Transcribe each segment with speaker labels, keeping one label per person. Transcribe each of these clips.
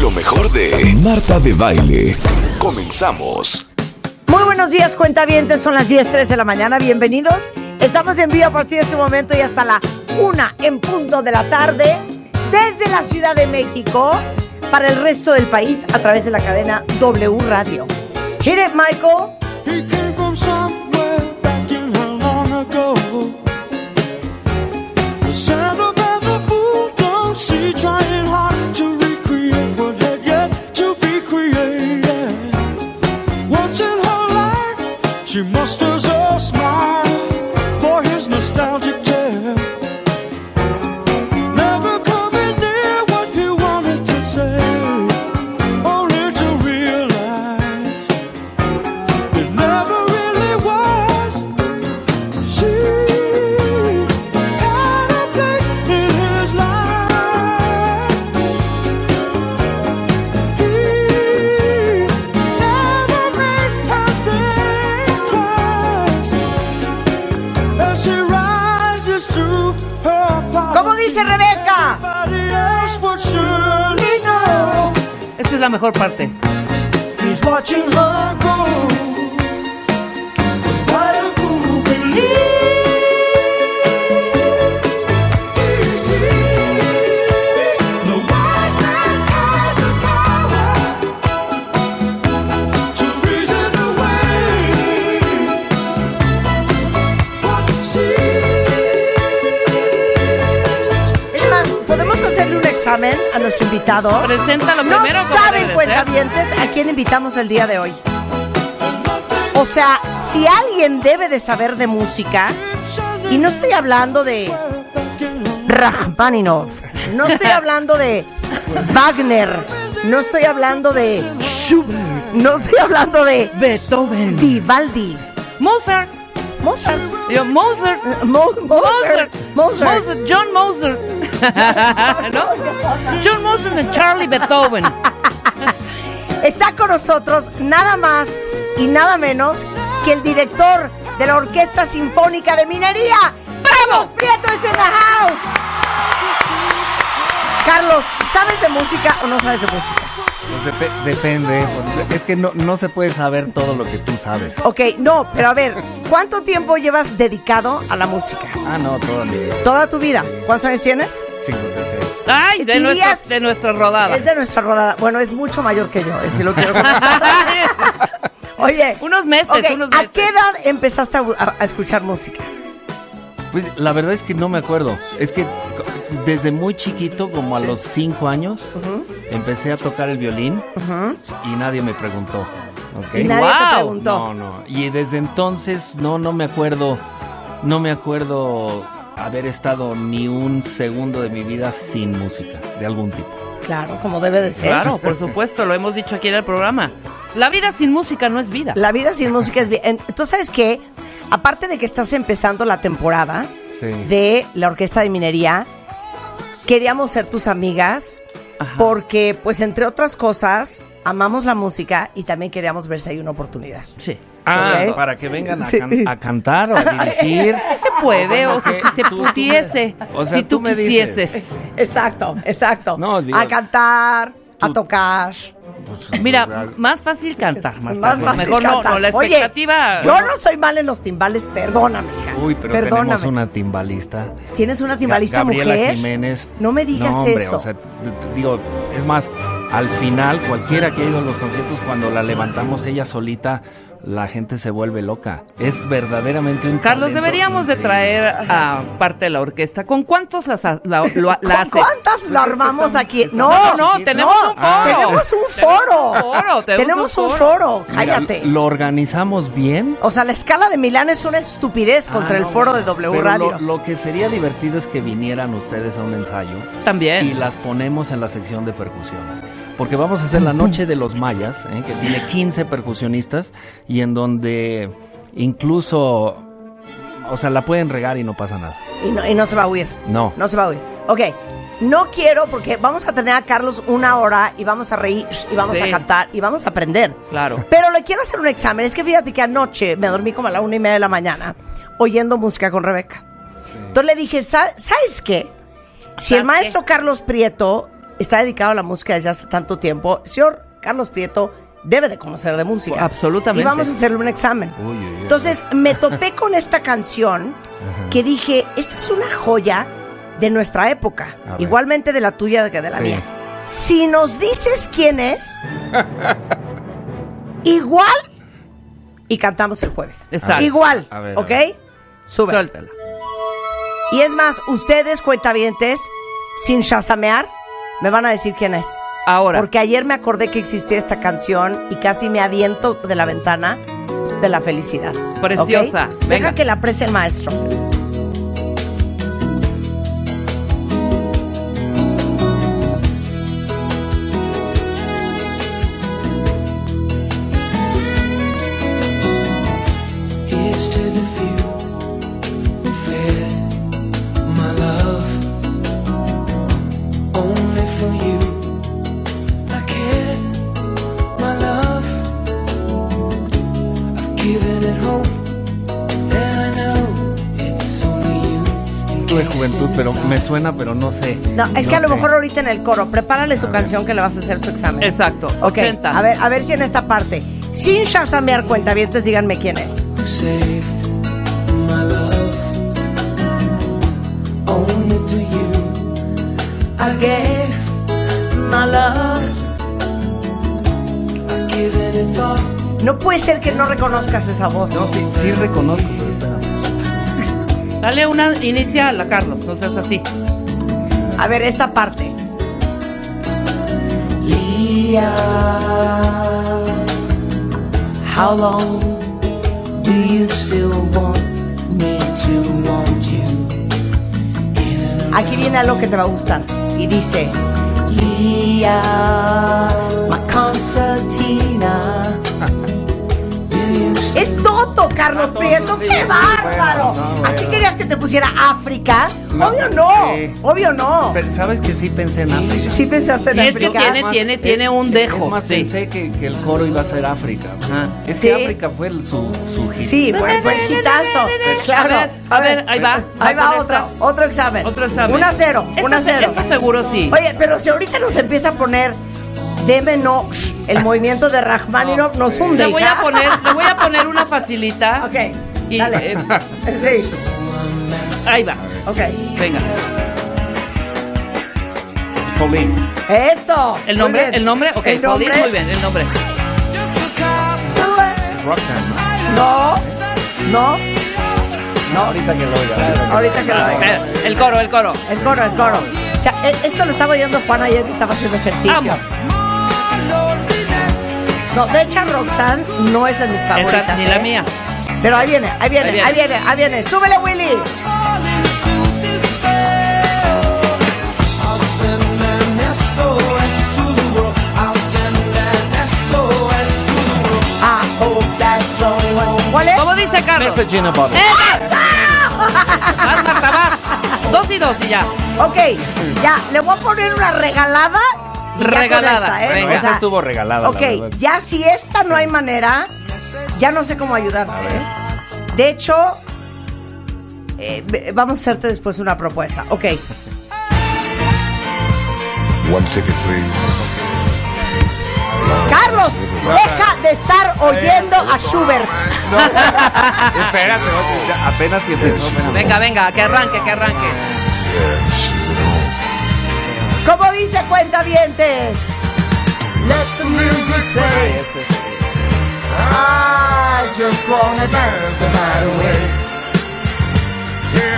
Speaker 1: Lo mejor de Marta de Baile. Comenzamos.
Speaker 2: Muy buenos días, cuentavientes. Son las 10:13 de la mañana. Bienvenidos. Estamos en vivo a partir de este momento y hasta la 1 en punto de la tarde desde la Ciudad de México para el resto del país a través de la cadena W Radio. Hit it, Michael.
Speaker 3: He came from somewhere back in how long ago. The sound of every fool don't see trying hard to recreate what had yet to be created. Once in her life, she musters a smile for his nostalgic tale. Never coming near what he wanted to say, only to realize. It never really was. She had a place in his life. He never made her think twice as she rises to her power.
Speaker 2: ¿Cómo dice Rebeca?
Speaker 3: Nobody else would surely know.
Speaker 4: Esta es la mejor parte.
Speaker 3: He's watching her go. What a fool believes he sees. The wise man has the power to reason away what he sees.
Speaker 2: Es más, ¿podemos hacerle un examen a nuestro invitado?
Speaker 4: Preséntalo
Speaker 2: No
Speaker 4: primero. como debe
Speaker 2: saben, pues,
Speaker 4: de
Speaker 2: cuentavientes, a quién invitamos el día de hoy. O sea, si alguien debe de saber de música, y no estoy hablando de Rachmaninoff, no estoy hablando de Wagner, no estoy hablando de Schubert, no estoy hablando de
Speaker 4: ser. Beethoven.
Speaker 2: Vivaldi,
Speaker 4: Mozart.
Speaker 2: Mozart,
Speaker 4: Yo, Mozart.
Speaker 2: Mo- Mozart,
Speaker 4: Mozart.
Speaker 2: Mozart.
Speaker 4: John Mozart. ¿No? John Mozart y Charlie Beethoven.
Speaker 2: Está con nosotros nada más y nada menos que el director de la Orquesta Sinfónica de Minería. ¡Vamos! Prieto es en la house. Carlos, ¿sabes de música o no sabes de música?
Speaker 5: Pues dep- depende. Es que no, no se puede saber todo lo que tú sabes.
Speaker 2: Ok, no, pero a ver, ¿cuánto tiempo llevas dedicado a la música?
Speaker 5: Ah, no, todo mi vida.
Speaker 2: ¿Toda tu vida? ¿Cuántos años tienes?
Speaker 5: 56.
Speaker 4: Ay, de,
Speaker 2: Dirías-
Speaker 4: nuestra, de nuestra rodada.
Speaker 2: Es de nuestra rodada. Bueno, es mucho mayor que yo, si lo quiero contar. Oye,
Speaker 4: Unos meses,
Speaker 2: ok,
Speaker 4: unos meses.
Speaker 2: ¿a qué edad empezaste a, a- a escuchar música?
Speaker 5: Pues la verdad es que no me acuerdo. Es que co- desde muy chiquito, como a los 5 años, empecé a tocar el violín y nadie me preguntó. ¿ok?
Speaker 2: Y nadie te
Speaker 4: Wow,
Speaker 2: preguntó.
Speaker 5: No, no. Y desde entonces no, no me acuerdo. No me acuerdo haber estado ni un segundo de mi vida sin música, de algún tipo.
Speaker 2: Claro, como debe de ser.
Speaker 4: Claro, por supuesto, lo hemos dicho aquí en el programa. La vida sin música no es vida.
Speaker 2: La vida sin música es bien. Entonces, ¿sabes qué? Aparte de que estás empezando la temporada
Speaker 5: Sí.
Speaker 2: de la Orquesta de Minería, queríamos ser tus amigas
Speaker 4: Ajá.
Speaker 2: porque, pues, entre otras cosas, amamos la música y también queríamos ver si hay una oportunidad.
Speaker 4: Sí.
Speaker 5: Ah,
Speaker 2: Ok.
Speaker 5: para que vengan a,
Speaker 2: Sí.
Speaker 5: can- a cantar o a dirigir.
Speaker 4: Sí se puede, o sea,
Speaker 5: que
Speaker 4: si se
Speaker 5: tú- tú me-
Speaker 4: pudiese,
Speaker 5: o sea,
Speaker 4: si tú,
Speaker 5: tú me dices.
Speaker 4: quisieses.
Speaker 2: Exacto, exacto.
Speaker 5: No, digo-
Speaker 2: a cantar, a
Speaker 5: Tú-
Speaker 2: tocar.
Speaker 5: Pues,
Speaker 4: Mira,
Speaker 5: o sea,
Speaker 4: más fácil cantar, Marta.
Speaker 2: Más fácil
Speaker 4: Mejor no,
Speaker 2: cantar.
Speaker 4: no, la
Speaker 2: Oye,
Speaker 4: expectativa.
Speaker 2: yo no soy mal en los timbales, perdóname, hija.
Speaker 5: Uy, pero
Speaker 2: perdóname.
Speaker 5: tenemos una timbalista.
Speaker 2: Tienes una timbalista
Speaker 5: Ga- Gabriela
Speaker 2: mujer.
Speaker 5: Jiménez.
Speaker 2: No me digas
Speaker 5: No, hombre,
Speaker 2: eso.
Speaker 5: o sea, d- d- digo, es más, al final, cualquiera que ha ido a los conciertos, cuando la levantamos ella solita, la gente se vuelve loca. Es verdaderamente un
Speaker 4: Carlos,
Speaker 5: talento
Speaker 4: deberíamos de
Speaker 5: increíble.
Speaker 4: traer a parte de la orquesta. ¿Con cuántos las ha- la, lo- la
Speaker 2: ¿Con
Speaker 4: haces?
Speaker 5: Pues
Speaker 2: cuántas lo armamos aquí? No,
Speaker 4: No, no, no, tenemos un foro.
Speaker 2: Tenemos un
Speaker 4: Tenemos un
Speaker 2: foro.
Speaker 4: foro, tenemos
Speaker 2: Tenemos
Speaker 4: un
Speaker 2: un
Speaker 4: foro.
Speaker 2: foro,
Speaker 5: Mira,
Speaker 2: cállate.
Speaker 5: Lo organizamos bien.
Speaker 2: O sea, la escala de Milán es una estupidez contra
Speaker 5: Ah,
Speaker 2: el
Speaker 5: no,
Speaker 2: foro de
Speaker 5: bueno,
Speaker 2: W
Speaker 5: pero
Speaker 2: Radio.
Speaker 5: Lo, lo que sería divertido es que vinieran ustedes a un ensayo. y
Speaker 2: Eh.
Speaker 4: También.
Speaker 5: las ponemos en la sección de percusiones. Porque vamos a hacer la noche de los mayas, ¿eh? que tiene 15 percusionistas y en donde incluso, o sea, la pueden regar y no pasa nada.
Speaker 2: Y, no, y no se va a huir.
Speaker 5: No.
Speaker 2: No se va a huir. Ok. No quiero porque vamos a tener a Carlos una hora y vamos a reír y vamos
Speaker 4: Sí.
Speaker 2: a cantar y vamos a aprender.
Speaker 4: Claro.
Speaker 2: Pero le quiero hacer un examen. Es que fíjate que anoche me dormí como a la una y media de la mañana oyendo música con Rebeca. Entonces le dije, "Sa- ¿sabes qué? Si el
Speaker 4: ¿Sabes
Speaker 2: maestro Carlos Prieto está dedicado a la música desde hace tanto tiempo. Señor Carlos Prieto debe de conocer de música.
Speaker 4: Oh, Absolutamente.
Speaker 2: Y vamos a hacerle un examen.
Speaker 5: Uy, uy, uy.
Speaker 2: Entonces me topé con esta canción que dije, esta es una joya de nuestra época,
Speaker 5: A ver.
Speaker 2: igualmente de la tuya que de la
Speaker 5: Sí.
Speaker 2: mía. Si nos dices quién es, igual y cantamos el jueves.
Speaker 4: Exacto.
Speaker 2: Igual,
Speaker 5: A ver, a
Speaker 2: ¿ok?
Speaker 5: ver.
Speaker 2: Sube.
Speaker 4: Suéltala.
Speaker 2: Y es más, ustedes, cuentavientes, sin chasamear, me van a decir quién es.
Speaker 4: Ahora.
Speaker 2: Porque ayer me acordé que existía esta canción y casi me aviento de la ventana de la felicidad. ¿ok?
Speaker 4: Preciosa,
Speaker 2: Deja
Speaker 4: venga.
Speaker 2: que la aprecie el maestro.
Speaker 6: Here's to the few who fear my love. Only for you I care, my love. I've given it hope, and I know it's only you. In
Speaker 5: Tuve
Speaker 6: case
Speaker 5: juventud, pero me suena, pero no sé.
Speaker 2: No, es que a lo
Speaker 5: sé.
Speaker 2: mejor ahorita en el coro, prepárale su canción que le vas a hacer su examen.
Speaker 4: Exacto.
Speaker 2: Ok,
Speaker 4: 80.
Speaker 2: a ver, a ver si en esta parte, sin chasamear cuentavientes, díganme quién es.
Speaker 6: you saved my love. Only to you I gave. my love. I've given it thought.
Speaker 2: No puede ser que no reconozcas esa voz.
Speaker 5: No, sí, sí reconozco. pero espera.
Speaker 4: Dale una inicial a Carlos, no seas así.
Speaker 2: A ver, esta parte.
Speaker 6: Leah, how long do you still want me to want you?
Speaker 2: Aquí viene algo que te va a gustar. Y dice,
Speaker 6: Leah, my concertina. do you
Speaker 2: es Toto, Carlos Prieto.
Speaker 5: Ah, sí,
Speaker 2: ¡Qué
Speaker 5: sí,
Speaker 2: bárbaro!
Speaker 5: bueno, no,
Speaker 2: ¿Aquí
Speaker 5: bueno.
Speaker 2: querías que te pusiera África?
Speaker 5: No,
Speaker 2: obvio no,
Speaker 5: sí.
Speaker 2: obvio no.
Speaker 5: Pe- ¿Sabes que sí pensé en África?
Speaker 2: Oh.
Speaker 5: eh,
Speaker 2: Sí pensaste en
Speaker 4: Sí, es que
Speaker 2: África.
Speaker 4: tiene- tiene un dejo,
Speaker 5: Es más,
Speaker 4: sí.
Speaker 5: pensé que, que el coro iba a ser África. Es
Speaker 2: Sí.
Speaker 5: que África fue el- su, su hit.
Speaker 2: Sí, fue, fue el hitazo. Claro.
Speaker 4: A ver, a ver, ahí va.
Speaker 2: Ahí va
Speaker 4: con
Speaker 2: otro,
Speaker 4: esta.
Speaker 2: otro examen.
Speaker 4: Otro examen.
Speaker 2: 1 a 0,
Speaker 4: Esta
Speaker 2: 1 a
Speaker 4: se-
Speaker 2: 0.
Speaker 4: esta seguro sí.
Speaker 2: Oye, pero si ahorita nos empieza a poner Deme no, shh, el movimiento de Rachmaninoff nos hunde.
Speaker 4: Le Ah. voy
Speaker 2: hija.
Speaker 4: a poner, le voy a poner una facilita.
Speaker 2: Ok,
Speaker 4: Y,
Speaker 2: dale.
Speaker 4: eh,
Speaker 2: Sí,
Speaker 4: ahí va.
Speaker 2: ok.
Speaker 4: Venga.
Speaker 5: Police.
Speaker 2: Eso.
Speaker 4: El
Speaker 2: muy
Speaker 4: nombre,
Speaker 2: bien.
Speaker 4: el nombre, ok,
Speaker 2: El nombre.
Speaker 4: Police, muy bien, el nombre.
Speaker 5: Es Roxanne, ¿no?
Speaker 2: No, no.
Speaker 5: No, ahorita que lo oiga.
Speaker 2: Ahorita
Speaker 4: Ah,
Speaker 2: que lo haga.
Speaker 4: Espera, El coro, el coro.
Speaker 2: El coro, el coro. O sea, e- esto lo estaba oyendo Juan ayer que estaba haciendo ejercicio.
Speaker 4: Amo.
Speaker 2: No, de hecho, Roxanne no es de mis favoritas.
Speaker 4: Esa ni la
Speaker 2: ¿eh?
Speaker 4: mía.
Speaker 2: Pero ahí viene, ahí viene, ahí
Speaker 4: Ahí
Speaker 2: viene,
Speaker 4: viene.
Speaker 2: ahí viene. ¡Súbele, Willy! Ah. ¿Cuál es?
Speaker 4: ¿Cómo dice Carlos?
Speaker 5: Message in a bottle.
Speaker 4: Vas, Marta, vas. Dos y dos y ya.
Speaker 2: Ok, ya, le voy a poner una regalada. y ya con
Speaker 4: Regalada,
Speaker 2: esta, ¿eh?
Speaker 5: No,
Speaker 4: venga.
Speaker 2: O sea,
Speaker 5: esa estuvo regalada,
Speaker 2: Ok,
Speaker 5: la verdad.
Speaker 2: ya si esta no hay manera, ya no sé cómo ayudarte. ¿eh? De hecho, eh, ve- vamos a hacerte después una propuesta. Ok,
Speaker 3: One ticket, please.
Speaker 2: Carlos, deja de estar oyendo a Schubert.
Speaker 5: Ah, Espérate, no, pues, ya apenas si empezó.
Speaker 4: Venga, venga, que arranque, que arranque.
Speaker 3: Yeah, she's at home.
Speaker 2: Como dice Cuentavientes.
Speaker 3: Let the music play.
Speaker 5: eh,
Speaker 3: I just wanna dance the night away.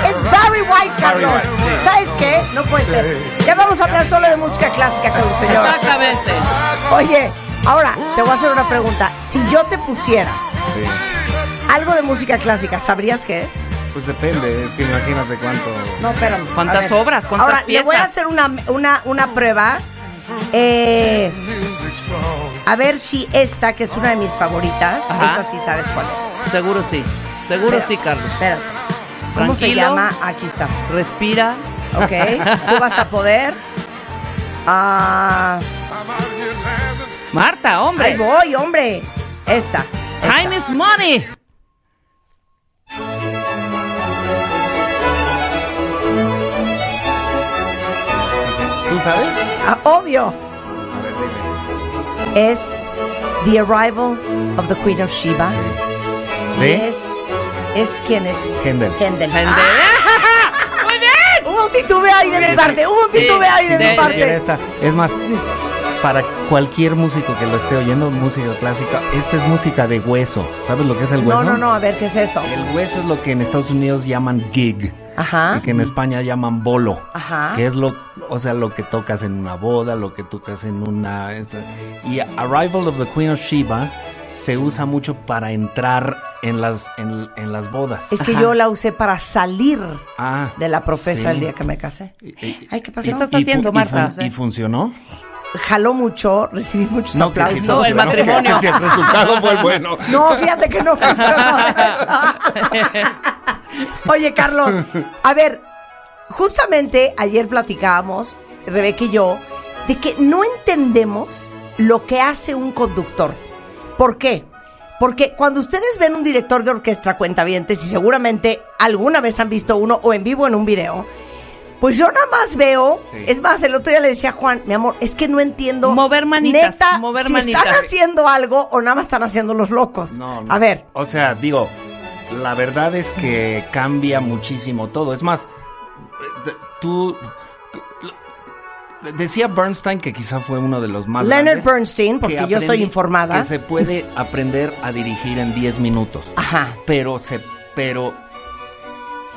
Speaker 2: Es Barry White, Carlos. ¿Sabes qué? No puede ser. Ya vamos a hablar solo de música clásica con el señor.
Speaker 4: Exactamente.
Speaker 2: Oye, ahora te voy a hacer una pregunta. Si yo te pusiera algo de música clásica, ¿sabrías qué es?
Speaker 5: Pues depende, es que imagínate cuánto.
Speaker 2: No, espérame.
Speaker 4: ¿Cuántas
Speaker 2: A ver.
Speaker 4: obras? ¿Cuántas
Speaker 2: Ahora, le voy a
Speaker 4: piezas?
Speaker 2: hacer una, una, una prueba. Eh, a ver si esta, que es una de mis favoritas,
Speaker 4: Ajá.
Speaker 2: esta sí sabes cuál es.
Speaker 4: Seguro sí. Seguro sí, Carlos.
Speaker 2: Espérate. ¿Cómo se
Speaker 4: Tranquilo.
Speaker 2: llama? Aquí está.
Speaker 4: Respira.
Speaker 2: ¿Ok? Tú vas a poder. Ah,
Speaker 4: Marta,
Speaker 2: ahí
Speaker 4: hombre.
Speaker 2: voy, hombre. Esta. esta.
Speaker 4: Time is money.
Speaker 5: Tú sabe?
Speaker 2: Ah, obvio.
Speaker 5: A ver,
Speaker 2: Es The Arrival of the Queen of Sheba.
Speaker 5: dime.
Speaker 2: Y
Speaker 5: ¿De?
Speaker 2: Es, es quien es
Speaker 5: Händel.
Speaker 2: Händel.
Speaker 4: Gente.
Speaker 2: Ah,
Speaker 4: ¡Muy bien!
Speaker 2: hubo un titubeo ahí de mi
Speaker 4: Sí,
Speaker 2: parte. Hubo un
Speaker 4: sí,
Speaker 2: titubeo ahí de
Speaker 4: sí,
Speaker 2: mi
Speaker 4: sí,
Speaker 5: No, siquiera
Speaker 2: parte.
Speaker 5: esta. Es más, para cualquier músico que lo esté oyendo, música clásica, esta es música de hueso. ¿Sabes lo que es el hueso?
Speaker 2: No, no, no. A ver, ¿qué es eso?
Speaker 5: El hueso es lo que en Estados Unidos llaman gig.
Speaker 2: Ajá.
Speaker 5: Y que en España llaman bolo.
Speaker 2: Ah. Ajá.
Speaker 5: Que es lo, o sea, lo que tocas en una boda, lo que tocas en una. esta- y Arrival of the Queen of Sheba se usa mucho para entrar en las, en, en las bodas.
Speaker 2: Es que yo la usé para salir
Speaker 5: Ah,
Speaker 2: de la profesa
Speaker 5: sí.
Speaker 2: el día que me casé. Ay, ¿qué pasó?
Speaker 5: Y-
Speaker 4: estás
Speaker 5: y fu-
Speaker 4: haciendo,
Speaker 5: y fun-
Speaker 4: Marta?
Speaker 5: ¿Y funcionó?
Speaker 2: Jaló mucho, recibí muchos
Speaker 5: No, que
Speaker 2: aplausos.
Speaker 5: si no,
Speaker 4: el
Speaker 5: pero-
Speaker 4: matrimonio.
Speaker 5: que Si el resultado fue bueno.
Speaker 2: No, fíjate que no funcionó. de hecho. Oye, Carlos, a ver, justamente ayer platicábamos, Rebeca y yo, de que no entendemos lo que hace un conductor. ¿Por qué? Porque cuando ustedes ven un director de orquesta cuentavientes, y seguramente alguna vez han visto uno o en vivo en un video, pues yo nada más veo,
Speaker 5: Sí.
Speaker 2: es más, el otro día le decía a Juan, mi amor, es que no entiendo.
Speaker 4: Mover manitas,
Speaker 2: neta,
Speaker 4: mover
Speaker 2: si
Speaker 4: manitas.
Speaker 2: están haciendo algo o nada más están haciendo los locos.
Speaker 5: No, no.
Speaker 2: A ver,
Speaker 5: O sea, digo, la verdad es que cambia muchísimo todo. Es más, eh, de- tú. de- Decía Bernstein que quizá fue uno de los más.
Speaker 2: Leonard
Speaker 5: grandes,
Speaker 2: Bernstein,
Speaker 5: que
Speaker 2: porque yo estoy
Speaker 5: aprendí-
Speaker 2: informada.
Speaker 5: Que se puede aprender a dirigir en 10 minutos.
Speaker 2: Ajá.
Speaker 5: Pero se. Pero.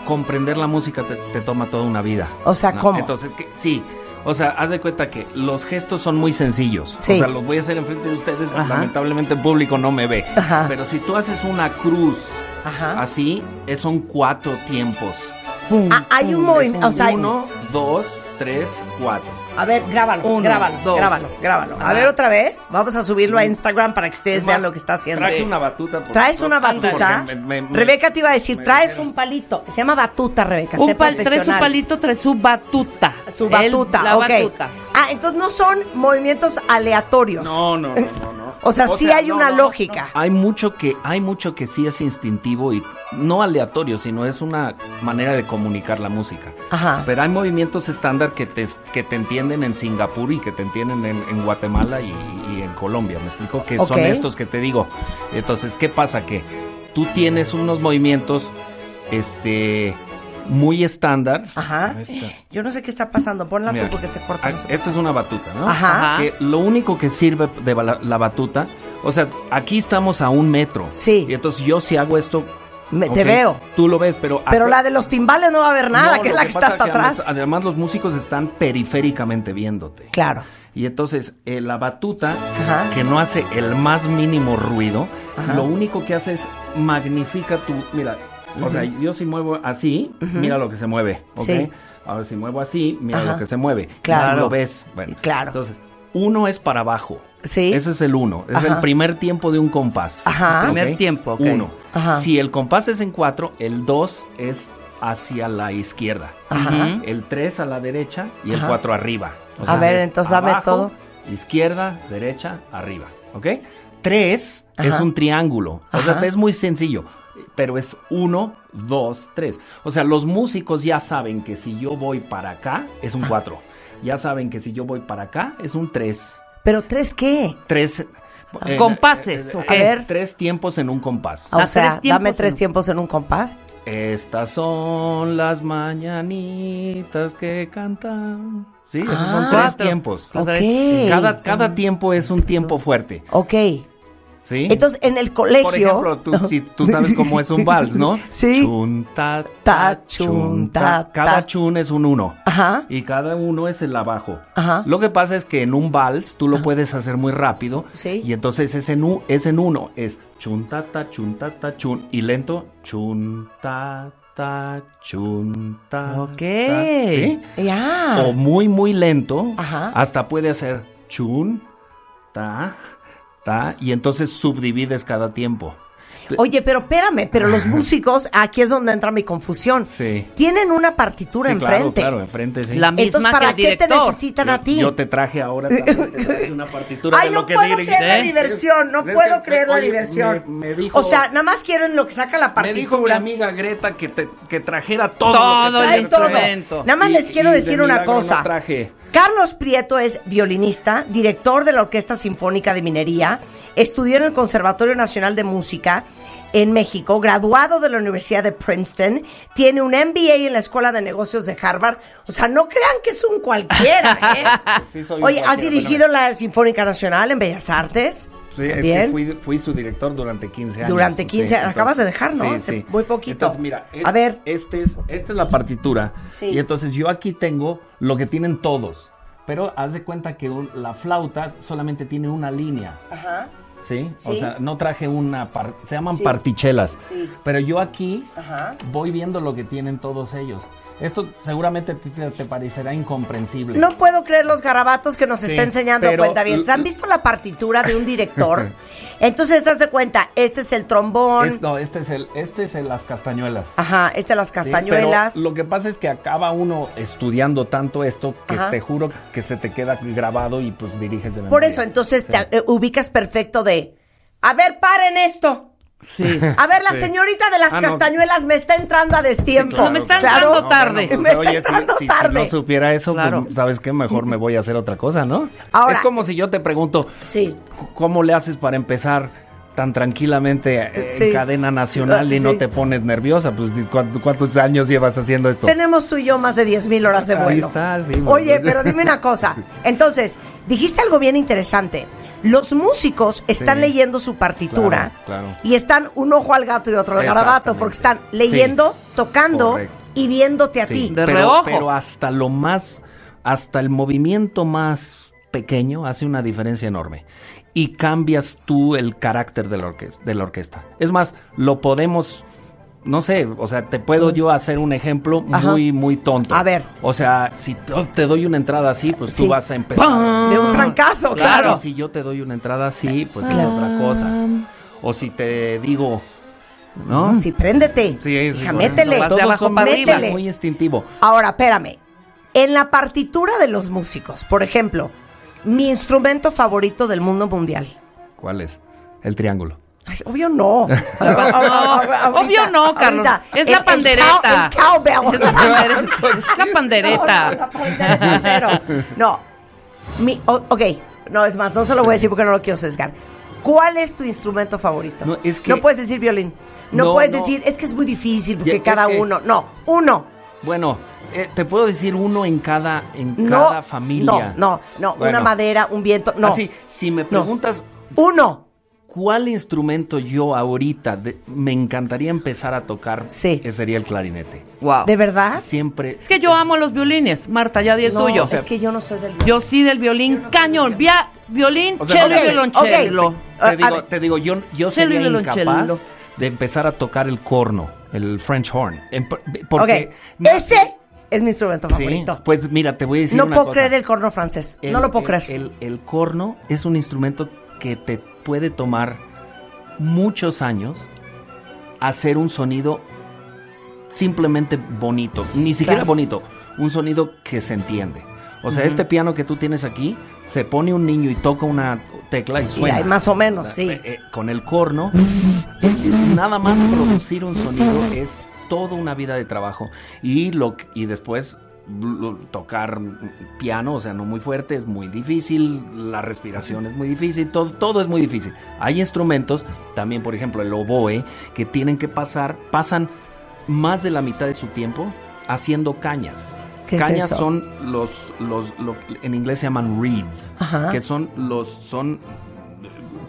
Speaker 5: Comprender la música te, te toma toda una vida.
Speaker 2: O sea,
Speaker 5: ¿no?
Speaker 2: ¿cómo?
Speaker 5: Entonces, que- sí. O sea, haz de cuenta que los gestos son muy sencillos.
Speaker 2: Sí.
Speaker 5: O sea, los voy a hacer enfrente de ustedes.
Speaker 4: Ajá.
Speaker 5: Lamentablemente el público no me ve.
Speaker 2: Ajá.
Speaker 5: Pero si tú haces una cruz
Speaker 2: Ajá.
Speaker 5: así, es- son cuatro tiempos.
Speaker 2: Ah, hay un
Speaker 5: Es un
Speaker 2: movimiento, o sea,
Speaker 5: uno, dos, tres, cuatro.
Speaker 2: a ver, grábalo,
Speaker 4: Uno,
Speaker 2: grábalo,
Speaker 4: dos.
Speaker 2: grábalo, grábalo. A
Speaker 4: Ajá.
Speaker 2: ver otra vez, vamos a subirlo a Instagram para que ustedes
Speaker 5: Mm. Es
Speaker 2: vean
Speaker 5: más,
Speaker 2: lo que está haciendo.
Speaker 5: Traje una batuta. por-
Speaker 2: Traes una
Speaker 5: porque
Speaker 2: batuta.
Speaker 5: me- me- me-
Speaker 2: Rebeca te iba a decir,
Speaker 5: me
Speaker 2: traes
Speaker 5: dijeron-
Speaker 2: un palito. Se llama batuta, Rebeca. sé
Speaker 4: Un pal, trae su
Speaker 2: profesional.
Speaker 4: palito, trae su batuta.
Speaker 2: Su
Speaker 4: El-
Speaker 2: batuta,
Speaker 4: la
Speaker 2: ok.
Speaker 4: batuta.
Speaker 2: Ah, entonces no son movimientos aleatorios.
Speaker 5: No, no, no, no, no.
Speaker 2: O sea, sí hay
Speaker 5: no,
Speaker 2: una
Speaker 5: no, no.
Speaker 2: lógica.
Speaker 5: Hay mucho que, hay mucho que sí es instintivo y no aleatorio, sino es una manera de comunicar la música.
Speaker 2: Ajá.
Speaker 5: Ah, Pero hay movimientos estándar que te, que te entienden en Singapur y que te entienden en, en Guatemala y, y en Colombia. Me explico que son
Speaker 2: Ok.
Speaker 5: estos que te digo. Entonces, ¿qué pasa? Que tú tienes unos movimientos, este, muy estándar.
Speaker 2: Ajá.
Speaker 5: Ahí está.
Speaker 2: Yo no sé qué está pasando. Ponla
Speaker 5: Mira,
Speaker 2: tú Ah, porque se corta.
Speaker 5: ah,
Speaker 2: no sé.
Speaker 5: Esta es una batuta, ¿no?
Speaker 2: Ajá.
Speaker 4: Ajá.
Speaker 5: que lo único que sirve de la, la batuta, o sea, aquí estamos a un metro.
Speaker 2: Sí.
Speaker 5: Y entonces yo si hago esto...
Speaker 2: Me- te
Speaker 5: ok,
Speaker 2: veo.
Speaker 5: Tú lo ves, pero...
Speaker 2: Pero
Speaker 5: acu-
Speaker 2: la de los timbales no va a haber nada,
Speaker 5: No,
Speaker 2: que es
Speaker 5: lo
Speaker 2: la que está
Speaker 5: pasa
Speaker 2: hasta
Speaker 5: es que además-
Speaker 2: atrás.
Speaker 5: Además los músicos están periféricamente viéndote.
Speaker 2: Claro.
Speaker 5: Y entonces eh, la batuta,
Speaker 2: Ajá.
Speaker 5: que no hace el más mínimo ruido,
Speaker 2: Ajá.
Speaker 5: lo único que hace es magnifica tu... Mira, o sea, yo si muevo así, mira lo que se mueve, ¿ok?
Speaker 2: Sí.
Speaker 5: Ahora si muevo así, mira
Speaker 2: Ajá.
Speaker 5: lo que se mueve.
Speaker 2: Claro.
Speaker 5: Ya lo ves. Bueno,
Speaker 2: Claro.
Speaker 5: Entonces, uno es para abajo.
Speaker 2: Sí.
Speaker 5: Ese es el uno. Es
Speaker 2: Ajá.
Speaker 5: el primer tiempo de un compás.
Speaker 2: Ajá.
Speaker 5: ¿ok?
Speaker 4: Primer tiempo, ok.
Speaker 5: Uno.
Speaker 2: Ajá.
Speaker 5: Si el compás es en cuatro, el dos es hacia la izquierda.
Speaker 2: Ajá.
Speaker 5: El 3 a la derecha y
Speaker 2: Ajá.
Speaker 5: el 4 arriba. O
Speaker 2: A ver,
Speaker 5: es
Speaker 2: entonces dame todo.
Speaker 5: Izquierda, derecha, arriba. ¿Ok? 3 es
Speaker 2: Ajá.
Speaker 5: un triángulo. O
Speaker 2: Ajá.
Speaker 5: sea, es muy sencillo. Pero es 1, 2, 3. O sea, los músicos ya saben que si yo voy para acá es
Speaker 2: Ah.
Speaker 5: un 4. Ya saben que si yo voy para acá es un 3.
Speaker 2: ¿Pero tres qué?
Speaker 5: 3.
Speaker 2: Ah.
Speaker 5: Eh,
Speaker 4: Compases, ¿o
Speaker 2: qué?
Speaker 5: Tres tiempos en un compás.
Speaker 2: Ah, O
Speaker 4: A
Speaker 2: sea,
Speaker 4: tres tiempos
Speaker 2: dame tres
Speaker 4: en-
Speaker 2: tiempos en un compás.
Speaker 5: Estas son las mañanitas que cantan. Sí, esos son
Speaker 2: Ah.
Speaker 5: tres
Speaker 4: Cuatro.
Speaker 5: tiempos.
Speaker 4: Ok.
Speaker 2: Ok.
Speaker 5: Cada, cada tiempo es un tiempo fuerte.
Speaker 2: Ok.
Speaker 5: ¿sí?
Speaker 2: Entonces, en el colegio.
Speaker 5: Por ejemplo, tú, si tú sabes cómo es un vals, ¿no?
Speaker 2: Sí.
Speaker 5: Chun, ta,
Speaker 2: Ta,
Speaker 5: ta,
Speaker 2: chun,
Speaker 5: chun,
Speaker 2: ta,
Speaker 5: ta.
Speaker 2: ta.
Speaker 5: Cada chun es un uno.
Speaker 2: Ajá.
Speaker 5: Y cada uno es el abajo.
Speaker 2: Ajá.
Speaker 5: Lo que pasa es que en un vals tú lo puedes hacer muy rápido.
Speaker 2: Sí.
Speaker 5: Y entonces es en, u- es en uno. Es chun ta ta chun ta ta chun. Y lento chun ta ta chun ta.
Speaker 4: Ok.
Speaker 5: ta. ¿Sí?
Speaker 2: Ya.
Speaker 5: O muy muy lento.
Speaker 2: Ah. Ajá.
Speaker 5: Hasta puede hacer chun ta ta. Y entonces subdivides cada tiempo.
Speaker 2: Oye, pero espérame, pero los músicos, aquí es donde entra mi confusión.
Speaker 5: Sí.
Speaker 2: Tienen una partitura
Speaker 5: Sí, claro,
Speaker 2: enfrente.
Speaker 5: claro, enfrente sí.
Speaker 4: La misma
Speaker 2: Entonces, ¿para
Speaker 4: que
Speaker 2: qué
Speaker 4: el
Speaker 2: te
Speaker 4: director.
Speaker 2: necesitan
Speaker 5: yo,
Speaker 2: a ti?
Speaker 5: yo te traje ahora también te traje una partitura
Speaker 2: Ay,
Speaker 5: de
Speaker 2: no
Speaker 5: lo que
Speaker 2: puedo
Speaker 5: dirigí.
Speaker 2: creer la
Speaker 5: ¿Eh?
Speaker 2: diversión, no
Speaker 5: Es que
Speaker 2: puedo
Speaker 5: me-
Speaker 2: creer la
Speaker 5: oye,
Speaker 2: diversión.
Speaker 5: me- me dijo-
Speaker 2: o sea, nada más quiero en lo que saca la
Speaker 5: Me dijo mi
Speaker 2: partitura.
Speaker 5: amiga Greta que, te, que trajera todo.
Speaker 4: Todo
Speaker 5: lo que
Speaker 4: el
Speaker 5: traes.
Speaker 2: Trae todo.
Speaker 4: instrumento.
Speaker 2: Nada más
Speaker 5: Y-
Speaker 2: les quiero
Speaker 5: y de
Speaker 2: decir una
Speaker 5: milagro no
Speaker 2: cosa.
Speaker 5: traje.
Speaker 2: Carlos Prieto es violinista, director de la Orquesta Sinfónica de Minería, estudió en el Conservatorio Nacional de Música en México, graduado de la Universidad de Princeton, tiene un MBA en la Escuela de Negocios de Harvard. O sea, no crean que es un cualquiera, ¿eh?
Speaker 5: Sí, soy un
Speaker 2: Oye, ¿has
Speaker 5: cualquiera,
Speaker 2: dirigido la Sinfónica Nacional en Bellas Artes?
Speaker 5: Pues Sí, es que
Speaker 2: Bien.
Speaker 5: fui, fui su director durante 15 años.
Speaker 2: Durante 15,
Speaker 5: entonces-
Speaker 2: acabas de dejar, ¿no?
Speaker 5: Sí,
Speaker 2: Hace
Speaker 5: sí.
Speaker 2: muy poquito.
Speaker 5: Entonces, mira, es-
Speaker 2: A ver.
Speaker 5: Este es, esta es la partitura.
Speaker 2: Sí.
Speaker 5: Y entonces yo aquí tengo lo que tienen todos. Pero haz de cuenta que un- la flauta solamente tiene una línea.
Speaker 2: Ajá.
Speaker 5: ¿Sí? O
Speaker 2: Sí.
Speaker 5: sea, no traje una. par- se llaman
Speaker 2: Sí.
Speaker 5: partichelas.
Speaker 2: Sí.
Speaker 5: Pero yo aquí
Speaker 2: Ajá.
Speaker 5: voy viendo lo que tienen todos ellos. Esto seguramente te, te- te parecerá incomprensible.
Speaker 2: No puedo creer los garabatos que nos
Speaker 5: Sí,
Speaker 2: está enseñando
Speaker 5: pero-
Speaker 2: cuenta bien. ¿Han visto la partitura de un director? Entonces, haz de cuenta, este es el trombón,
Speaker 5: Es- no, este es el, este es el- las castañuelas.
Speaker 2: ajá, este las
Speaker 5: Sí, pero
Speaker 2: castañuelas.
Speaker 5: lo que pasa es que acaba uno estudiando tanto esto que
Speaker 2: Ajá.
Speaker 5: te juro que se te queda grabado y pues diriges de memoria.
Speaker 2: Por eso, entonces
Speaker 5: Sí.
Speaker 2: te eh, ubicas perfecto de, a ver, paren esto.
Speaker 4: Sí.
Speaker 2: A ver, la
Speaker 5: Sí.
Speaker 2: señorita de las
Speaker 5: Ah, no.
Speaker 2: castañuelas me está entrando a destiempo.
Speaker 4: claro. No, me está entrando tarde.
Speaker 2: Me está entrando
Speaker 5: pues, si, si-
Speaker 2: tarde.
Speaker 5: si no supiera eso,
Speaker 4: Claro.
Speaker 5: pues, ¿sabes qué? Mejor me voy a hacer otra cosa, ¿no?
Speaker 2: Ahora-
Speaker 5: es como si yo te pregunto,
Speaker 2: Sí.
Speaker 5: c- ¿cómo le haces para empezar tan tranquilamente eh, en
Speaker 2: Sí.
Speaker 5: cadena nacional y
Speaker 2: Ah, sí.
Speaker 5: no te pones nerviosa? Pues, ¿cu- ¿cuántos, años llevas haciendo esto?
Speaker 2: Tenemos tú y yo más de 10.000 mil horas de
Speaker 5: Ahí
Speaker 2: vuelo.
Speaker 5: está, sí, bueno.
Speaker 2: Oye, pero dime una cosa. Entonces, dijiste algo bien interesante. Los músicos están
Speaker 5: Sí.
Speaker 2: leyendo su partitura
Speaker 5: Claro, claro.
Speaker 2: y están un ojo al gato y otro al garabato
Speaker 5: Exactamente.
Speaker 2: porque están
Speaker 5: Sí.
Speaker 2: leyendo, tocando
Speaker 5: Correcto.
Speaker 2: y viéndote a
Speaker 5: Sí,
Speaker 2: ti.
Speaker 4: De
Speaker 5: pero,
Speaker 4: reojo.
Speaker 5: pero hasta lo más, hasta el movimiento más pequeño hace una diferencia enorme. Y cambias tú el carácter de la, orques- de la orquesta. Es más, lo podemos, no sé, o sea, te puedo yo hacer un ejemplo
Speaker 2: Ajá.
Speaker 5: muy, muy tonto.
Speaker 2: A ver.
Speaker 5: O sea, si to- te doy una entrada así, pues
Speaker 2: Sí.
Speaker 5: tú vas a empezar.
Speaker 2: De un trancazo, claro.
Speaker 5: Y si yo te doy una entrada así, pues es otra cosa. O si te digo, ¿no?
Speaker 2: Sí, préndete.
Speaker 5: Sí, sí,
Speaker 2: Hija,
Speaker 5: bueno,
Speaker 2: métele.
Speaker 5: vas de
Speaker 4: Todos
Speaker 5: abajo
Speaker 4: son
Speaker 5: para arriba,
Speaker 2: métele.
Speaker 5: muy instintivo.
Speaker 2: Ahora, espérame. En la partitura de los músicos, por ejemplo, mi instrumento favorito del mundo mundial.
Speaker 5: ¿Cuál es? El triángulo.
Speaker 2: Ay, obvio no.
Speaker 4: Obvio no, Carlos. Es la pandereta.
Speaker 2: El, cow- el cowbell.
Speaker 4: Es la pandereta.
Speaker 2: No, no,
Speaker 4: Es la
Speaker 2: la
Speaker 4: pandereta.
Speaker 2: pandereta, cero. No. Mi, o- ok. No, es más, no se lo voy a decir porque no lo quiero sesgar. ¿Cuál es tu instrumento favorito?
Speaker 5: No, es que-
Speaker 2: No puedes decir violín. No,
Speaker 5: No,
Speaker 2: puedes
Speaker 5: no.
Speaker 2: decir, es que es muy difícil porque
Speaker 5: es
Speaker 2: cada
Speaker 5: que-
Speaker 2: uno. No, uno.
Speaker 5: Bueno, eh, te puedo decir uno en cada, en
Speaker 2: No.
Speaker 5: cada familia.
Speaker 2: No, no, no. Una
Speaker 5: Bueno. Ah,
Speaker 2: madera, un viento. No.
Speaker 5: Así, si me preguntas
Speaker 2: Uno.
Speaker 5: cuál instrumento yo ahorita de- me encantaría empezar a tocar,
Speaker 2: Sí.
Speaker 5: ese sería el clarinete.
Speaker 4: Wow.
Speaker 2: ¿De verdad?
Speaker 5: Siempre.
Speaker 4: Es que yo amo los violines. Marta, ya di el
Speaker 2: No,
Speaker 4: tuyo.
Speaker 2: Es que yo no soy del
Speaker 4: Yo sí del violín cañón. Via- violín,
Speaker 5: O sea,
Speaker 4: cello
Speaker 5: ok,
Speaker 4: y violonchelo.
Speaker 2: ok. Ah, a- a
Speaker 5: Te digo,
Speaker 2: ver.
Speaker 5: te digo, yo, yo
Speaker 4: Cello y
Speaker 5: sería
Speaker 4: violonchelo.
Speaker 5: incapaz de empezar a tocar el corno, el French horn. En por- Porque,
Speaker 2: ok. Ese es mi instrumento
Speaker 5: Sí,
Speaker 2: favorito.
Speaker 5: pues mira, te voy a decir
Speaker 2: no
Speaker 5: una
Speaker 2: puedo
Speaker 5: cosa.
Speaker 2: creer el corno francés. no
Speaker 5: El-
Speaker 2: lo puedo
Speaker 5: el-
Speaker 2: creer.
Speaker 5: El, el corno es un instrumento que te puede tomar muchos años hacer un sonido simplemente bonito, ni siquiera
Speaker 2: Claro.
Speaker 5: bonito, un sonido que se entiende. O sea, este piano que tú tienes aquí, se pone un niño y toca una tecla y
Speaker 2: y
Speaker 5: suena.
Speaker 2: hay más o menos, sí.
Speaker 5: Eh, eh, con el corno, nada más producir un sonido es toda una vida de trabajo. Y, lo, que- y después lo- tocar mm, piano, o sea, no muy fuerte, es muy difícil, la respiración es muy difícil, todo, todo es muy difícil. Hay instrumentos, también por ejemplo el oboe, que tienen que pasar, pasan más de la mitad de su tiempo haciendo cañas.
Speaker 2: ¿Qué es
Speaker 5: cañas
Speaker 2: eso?
Speaker 5: son los, los, lo que en inglés se llaman reeds,
Speaker 2: Ajá.
Speaker 5: que son los, son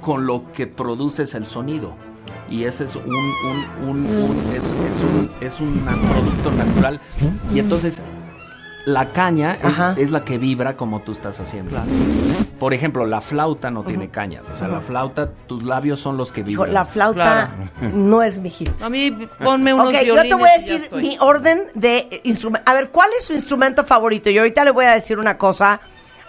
Speaker 5: con lo que produces el sonido. Y ese es un, un- un- un- es, es un, es un producto natural. Y entonces la caña
Speaker 2: Ajá.
Speaker 5: es, es la que vibra como tú estás haciendo. Por ejemplo, la flauta no tiene caña. O sea, la flauta, tus labios son los que
Speaker 2: Hijo,
Speaker 5: vibran.
Speaker 2: la flauta no es mi hit.
Speaker 4: A mí ponme unos
Speaker 2: Ok, yo
Speaker 4: violines.
Speaker 2: te voy a
Speaker 4: y ya
Speaker 2: decir
Speaker 4: estoy.
Speaker 2: mi orden de eh, instrumento. A ver, ¿cuál es su instrumento favorito? Y ahorita le voy a decir una cosa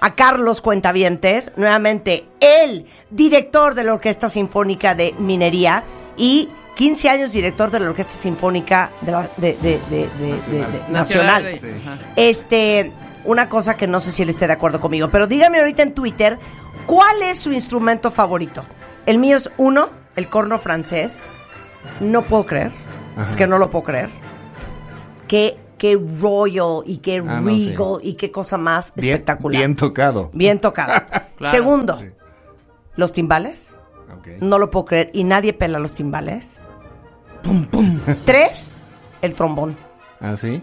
Speaker 2: a Carlos Cuentavientes, nuevamente el director de la Orquesta Sinfónica de Minería y 15 años director de la Orquesta Sinfónica de la- de- de- de- de- de- de- Nacional.
Speaker 4: Nacional, sí. Ajá.
Speaker 2: Este, una cosa que no sé si él esté de acuerdo conmigo, pero dígame ahorita en Twitter, ¿cuál es su instrumento favorito? El mío es uno, el corno francés. No puedo creer, es que no lo puedo creer, que qué royal y qué
Speaker 5: Ah, no, sí.
Speaker 2: regal y qué cosa más
Speaker 5: Bien-
Speaker 2: espectacular.
Speaker 5: Bien tocado.
Speaker 2: Bien tocado.
Speaker 5: Claro,
Speaker 2: Segundo,
Speaker 5: sí.
Speaker 2: los timbales.
Speaker 5: Ok.
Speaker 2: No lo puedo creer. Y nadie pela los timbales. Pum, pum. Tres, el trombón.
Speaker 5: ¿Ah, sí?